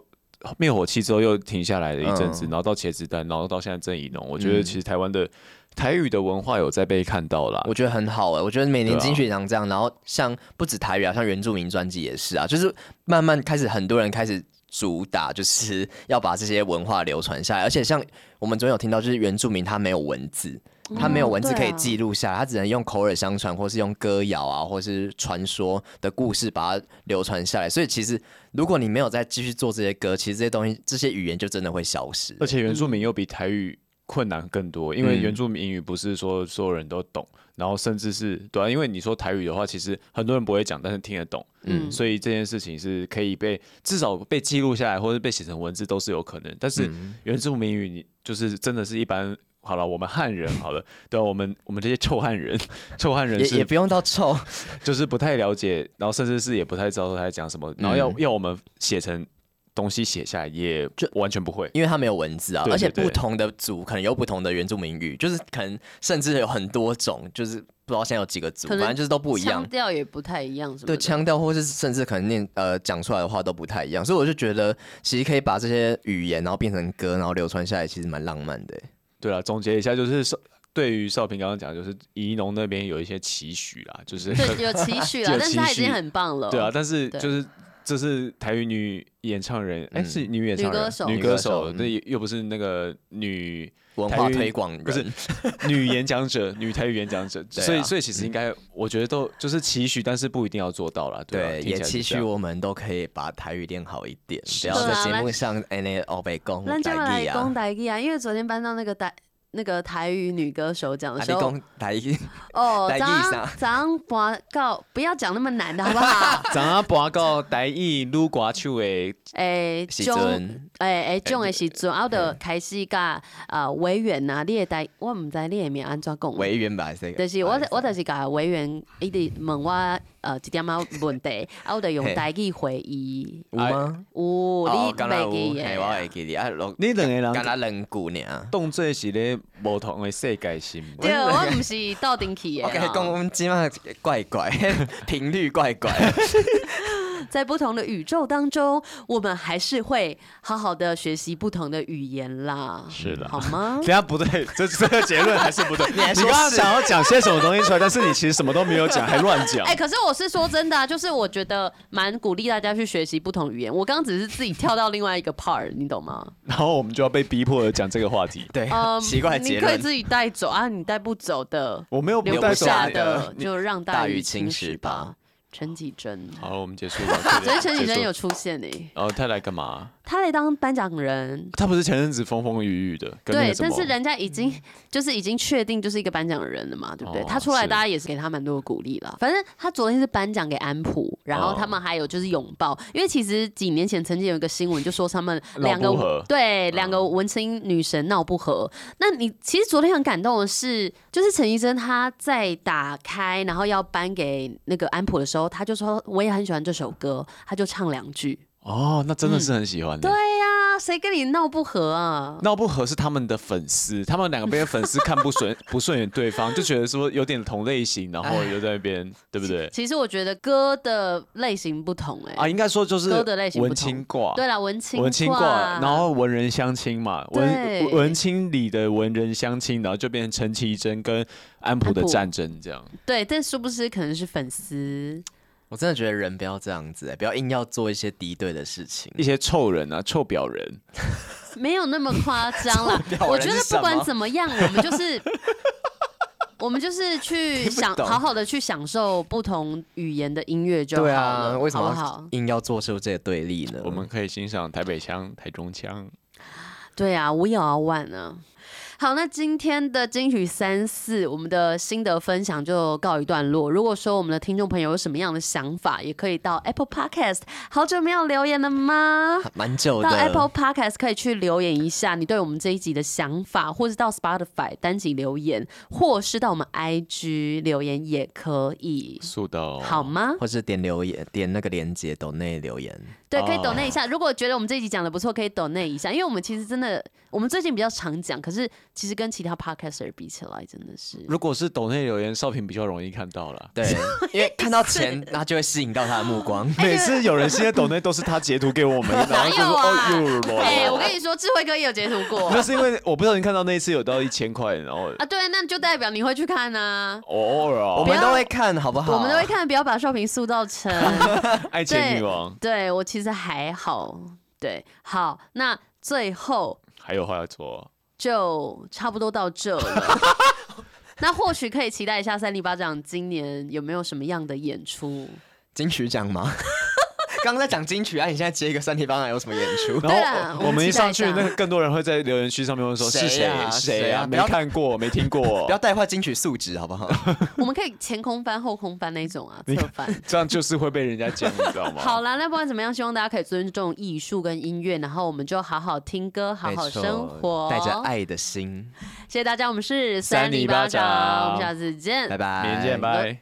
Speaker 2: 灭火器之后又停下来了一阵子，
Speaker 4: 嗯
Speaker 2: 然后到茄子蛋，然后到现在郑怡农，我觉得其实台湾的台语的文化有在被看到啦。
Speaker 4: 我觉得很好哎、我觉得每年
Speaker 2: 对啊
Speaker 4: 金曲奖这样，然后像不止台语啊，像原住民专辑也是啊，就是慢慢开始很多人开始主打，就是要把这些文化流传下来。而且像我们昨天有听到，就是原住民他没有文字，他没有文字可以记录下来，他只能用口耳相传，或是用歌谣啊，或是传说的故事把它流传下来。所以其实如果你没有再继续做这些歌，其实这些东西、这些语言就真的会消失。
Speaker 2: 而且原住民又比台语困难更多，因为
Speaker 4: 嗯
Speaker 2: 原住民语不是说所有人都懂，然后甚至是对啊，因为你说台语的话，其实很多人不会讲，但是听得懂，
Speaker 1: 嗯
Speaker 2: 所以这件事情是可以被至少被记录下来，或者被写成文字都是有可能。但是
Speaker 4: 嗯
Speaker 2: 原住民语，你就是真的是一般。好了，我们汉人好了，对啊、我们我们这些臭汉人，臭汉人
Speaker 4: 也
Speaker 2: 是
Speaker 4: 也不用到臭，
Speaker 2: 就是不太了解，然后甚至是也不太知道他在讲什么，然后要、要我们写成东西写下来，也
Speaker 4: 嗯就
Speaker 2: 完全不会。
Speaker 4: 因为它没有文字啊，
Speaker 2: 对对
Speaker 4: 而且
Speaker 2: 对
Speaker 4: 不同的族可能有不同的原住民语，就是可能甚至有很多种，就是不知道现在有几个族，
Speaker 1: 可能
Speaker 4: 反正就是都不一
Speaker 1: 腔
Speaker 4: 样。
Speaker 1: 调也不太一样，什么
Speaker 4: 对
Speaker 1: 的
Speaker 4: 腔调，或是甚至可能念呃讲出来的话都不太一样，所以我就觉得其实可以把这些语言然后变成歌，然后流传下来，其实蛮浪漫的欸。
Speaker 2: 对了，总结一下就是少对于少平刚刚讲，就是宜农那边有一些期许啦，就是
Speaker 1: 对有期许啦
Speaker 2: 有，
Speaker 1: 但是他已
Speaker 2: 期许
Speaker 1: 经很棒了，
Speaker 2: 对啊，但是
Speaker 1: 嗯对
Speaker 2: 就是这是台语女演唱人，哎、
Speaker 4: 嗯
Speaker 2: 是女演唱人，
Speaker 1: 女歌手
Speaker 2: 女
Speaker 4: 女
Speaker 2: 歌
Speaker 4: 歌手
Speaker 2: 手，嗯那、又不是那个女
Speaker 4: 文
Speaker 2: 台
Speaker 4: 化
Speaker 2: 语
Speaker 4: 推广人
Speaker 2: 不是女演 讲者，女台语演讲者，
Speaker 4: 对啊
Speaker 2: 所以所以其
Speaker 1: 嗯
Speaker 2: 实应该，我觉得都就是期许，但是不一定要做到啦。啊、
Speaker 4: 对，
Speaker 2: 听起
Speaker 4: 也
Speaker 2: 来是
Speaker 4: 期
Speaker 2: 这
Speaker 4: 许
Speaker 2: 样
Speaker 4: 我们都可以把台语练好一点，不要
Speaker 1: 是
Speaker 4: 在
Speaker 1: 啊
Speaker 4: 节
Speaker 1: 咱
Speaker 4: 目上哎那欧北公
Speaker 1: 咱将
Speaker 4: 台
Speaker 1: 来
Speaker 4: 语
Speaker 1: 讲
Speaker 4: 啊，
Speaker 1: 台语啊，因为昨天搬到那个台那个台语女歌手奖
Speaker 4: 啊
Speaker 1: 的
Speaker 4: 你
Speaker 1: 时候，
Speaker 4: 讲台 语，
Speaker 1: 哦，
Speaker 4: 台语
Speaker 1: 早
Speaker 4: 啥
Speaker 1: 上早上播告，不要讲那么难的好不 好？
Speaker 2: 怎啊播到台语撸歌手的
Speaker 1: 诶，
Speaker 4: 时
Speaker 1: 中嗯
Speaker 4: 阵哎
Speaker 1: 诶诶，中的时阵，我就开始甲啊委员啊，你的台我毋知你的名安怎讲，
Speaker 4: 委员哎吧这个，
Speaker 1: 就是我我就是甲委员伊直问我呃一点仔问题，啊我就用
Speaker 4: 嘿
Speaker 1: 台语回伊，
Speaker 4: 有吗？
Speaker 1: 有
Speaker 4: 哦
Speaker 1: 你
Speaker 4: 敢若
Speaker 1: 袂记
Speaker 4: 有
Speaker 1: 诶
Speaker 4: 嘿，我会记得啊，六
Speaker 2: 你两个人
Speaker 4: 敢若两句尔。
Speaker 2: 动作是咧无同的世界是毋
Speaker 1: 对，我毋是 斗阵去诶哦
Speaker 4: 我。跟你讲，我们今晚怪怪，频率怪怪。
Speaker 1: 在不同的宇宙当中，我们还是会好好的学习不同的语言啦。
Speaker 5: 是的
Speaker 1: 好 吗
Speaker 5: 等一？下不对，这这个结论还是 不对。你
Speaker 1: 哎
Speaker 4: 还说
Speaker 5: 刚刚
Speaker 4: 是
Speaker 5: 想要讲些什么东西出来，但是你其实什么都没有讲，还乱讲
Speaker 1: 哎、。可是我是说真的、啊，就是我觉得蛮鼓励大家去学习不同语言。我刚刚只是自己跳到另外一个 part，你懂吗？
Speaker 5: 然后我们就要被逼迫的讲这个话题。
Speaker 4: 对
Speaker 1: 嗯，，
Speaker 4: 奇怪的结
Speaker 1: 你可以
Speaker 4: 论。
Speaker 1: 自己带走啊，你带不走的，
Speaker 5: 我没有
Speaker 1: 留
Speaker 5: 带
Speaker 1: 不
Speaker 2: 啊
Speaker 5: 走
Speaker 1: 下
Speaker 5: 你
Speaker 2: 呃
Speaker 1: 的就让
Speaker 4: 大
Speaker 1: 雨
Speaker 4: 雨侵
Speaker 1: 蚀
Speaker 4: 蚀吧。
Speaker 1: 陈绮贞，
Speaker 2: 好了，我们结束 吧。
Speaker 1: 昨天陈绮贞
Speaker 2: 结束
Speaker 1: 有。出现呢、
Speaker 2: 哦，他来干嘛？
Speaker 1: 她来当颁奖人。
Speaker 2: 他不是前阵子风风雨雨的，跟那
Speaker 1: 对
Speaker 2: 个，什
Speaker 1: 但
Speaker 2: 么
Speaker 1: 是人家已经就是已经确定就是一个颁奖人了嘛，对不对？
Speaker 2: 哦
Speaker 1: 他出来，
Speaker 2: 是
Speaker 1: 大家也是给他蛮多的鼓励啦。反正他昨天是颁奖给安普，然后
Speaker 2: 哦
Speaker 1: 他们还有就是拥抱，因为其实几年前曾经有一个新闻就说他们
Speaker 2: 闹
Speaker 1: 两个
Speaker 2: 不和嗯
Speaker 1: 对两个文青女神闹不和。那你其实昨天很感动的是，就是陈医生他在打开然后要颁给那个安普的时候，他就说我也很喜欢这首歌，他就唱两句。
Speaker 2: 哦，那真的是很喜欢
Speaker 1: 嗯
Speaker 2: 的。
Speaker 1: 对呀、谁跟你闹不和啊？
Speaker 2: 闹不和是他们的粉 丝，他们两个被粉丝看不顺 不顺眼对方，就觉得说有点同类型，然后就在那 边，对不对？
Speaker 1: 其实我觉得歌的类型不同、欸，哎、
Speaker 2: 啊，应该说就是
Speaker 1: 歌的类型不同
Speaker 2: 文青挂，
Speaker 1: 对啦，文青
Speaker 2: 文青挂，
Speaker 1: 挂，啊
Speaker 2: 然后文人相亲嘛，
Speaker 1: 对
Speaker 2: 文文青里的文人相亲，然后就变成陈绮贞跟安普的战争这样。
Speaker 1: 对，但殊不知可能是粉丝，
Speaker 4: 我真的觉得人不要这样子、哎不要硬要做一些敌对的事情。
Speaker 2: 一
Speaker 1: 嗯
Speaker 2: 些臭人啊，臭婊人，
Speaker 1: 没有那么夸张啦
Speaker 4: 这。种
Speaker 1: 我
Speaker 4: 人
Speaker 1: 觉得不
Speaker 4: 是什
Speaker 1: 管
Speaker 4: 么
Speaker 1: 怎么样，我们就是。我们就是去
Speaker 4: 不
Speaker 1: 享
Speaker 4: 懂
Speaker 1: 好好的去享受不同语言的音乐就好
Speaker 4: 对
Speaker 1: 了，
Speaker 4: 啊，为什
Speaker 1: 好
Speaker 4: 么
Speaker 1: 不
Speaker 4: 要
Speaker 1: 好？
Speaker 4: 硬要做出这个对立呢？
Speaker 2: 我们可以欣赏台北腔、台中腔。
Speaker 1: 对啊，我也要玩啊。好，那今天的金曲三四，我们的心得分享就告一段落。如果说我们的听众朋友有什么样的想法，也可以到 Apple Podcast。好久没有留言了吗？
Speaker 4: 蛮久
Speaker 1: 到
Speaker 4: 的。
Speaker 1: Apple Podcast 可以去留言一下你对我们这一集的想法，或是到 Spotify 单集留言，或是到我们 IG 留言也可以，
Speaker 2: 素的、哦，
Speaker 1: 好吗？
Speaker 4: 或是点留言，点那个链接，抖内留言。
Speaker 1: 对，可以抖那一下。如果觉得我们这一集讲的不错，可以抖那一下，因为我们其实真的，我们最近比较常讲，可是其实跟其他 podcaster 比起来，真的是
Speaker 2: 如果是抖内留言，少平比较容易看到了。
Speaker 4: 对， 因为看到钱，他就会吸引到他的目光。
Speaker 1: 哎
Speaker 5: 每次有人现在抖内都是他截图给我 们，然后就
Speaker 1: 有
Speaker 5: 说
Speaker 1: 啊
Speaker 5: 哦哟，
Speaker 1: 哎，我跟你说，智慧哥也有截图过
Speaker 5: 那是因为我不小心看到那一次有到一千块，然后
Speaker 1: 啊。 对，那就代表你会去看啊。
Speaker 5: 我偶尔
Speaker 4: 我
Speaker 5: 哦，
Speaker 4: 们都会看好不好？
Speaker 1: 我们都会看，不要把少平塑造成。
Speaker 2: 爱情女王
Speaker 1: 对我其实还好，对，好，那最后
Speaker 2: 还有话要说，
Speaker 1: 就差不多到这了。 那或许可以期待一下三零八长今年有没有什么样的演出？
Speaker 4: 金曲奖吗？ 刚刚在讲金曲，啊，你现在接一个三体方案有什么演出？
Speaker 1: 对
Speaker 5: 然
Speaker 1: 啊
Speaker 5: 后我
Speaker 1: 我们
Speaker 5: 们一
Speaker 1: 期待
Speaker 5: 上去，
Speaker 1: 一下
Speaker 5: 那个更多人会在留言区上面问说是
Speaker 4: 谁
Speaker 5: 谁
Speaker 4: 啊
Speaker 5: 谁
Speaker 4: 谁
Speaker 5: 啊，
Speaker 4: 啊不
Speaker 5: 没
Speaker 4: 要
Speaker 5: 看过，没听
Speaker 4: 不
Speaker 2: 过，
Speaker 4: 要带坏金曲素质好不好？
Speaker 1: 我们可以前空翻、后空翻那种啊，侧 翻。
Speaker 2: 这样就是会被人家讲，你知道吗？
Speaker 1: 好啦，那不管怎么样，希望大家可以尊重艺术跟音乐，然后我们就好好听歌，好好
Speaker 4: 没错
Speaker 1: 生活。
Speaker 4: 带着，爱的心，
Speaker 1: 谢谢大家，我们是
Speaker 2: 三里
Speaker 1: 里
Speaker 2: 巴
Speaker 1: 掌，
Speaker 2: 掌
Speaker 1: 我们下次见，
Speaker 4: 拜拜，
Speaker 2: 明天见，拜。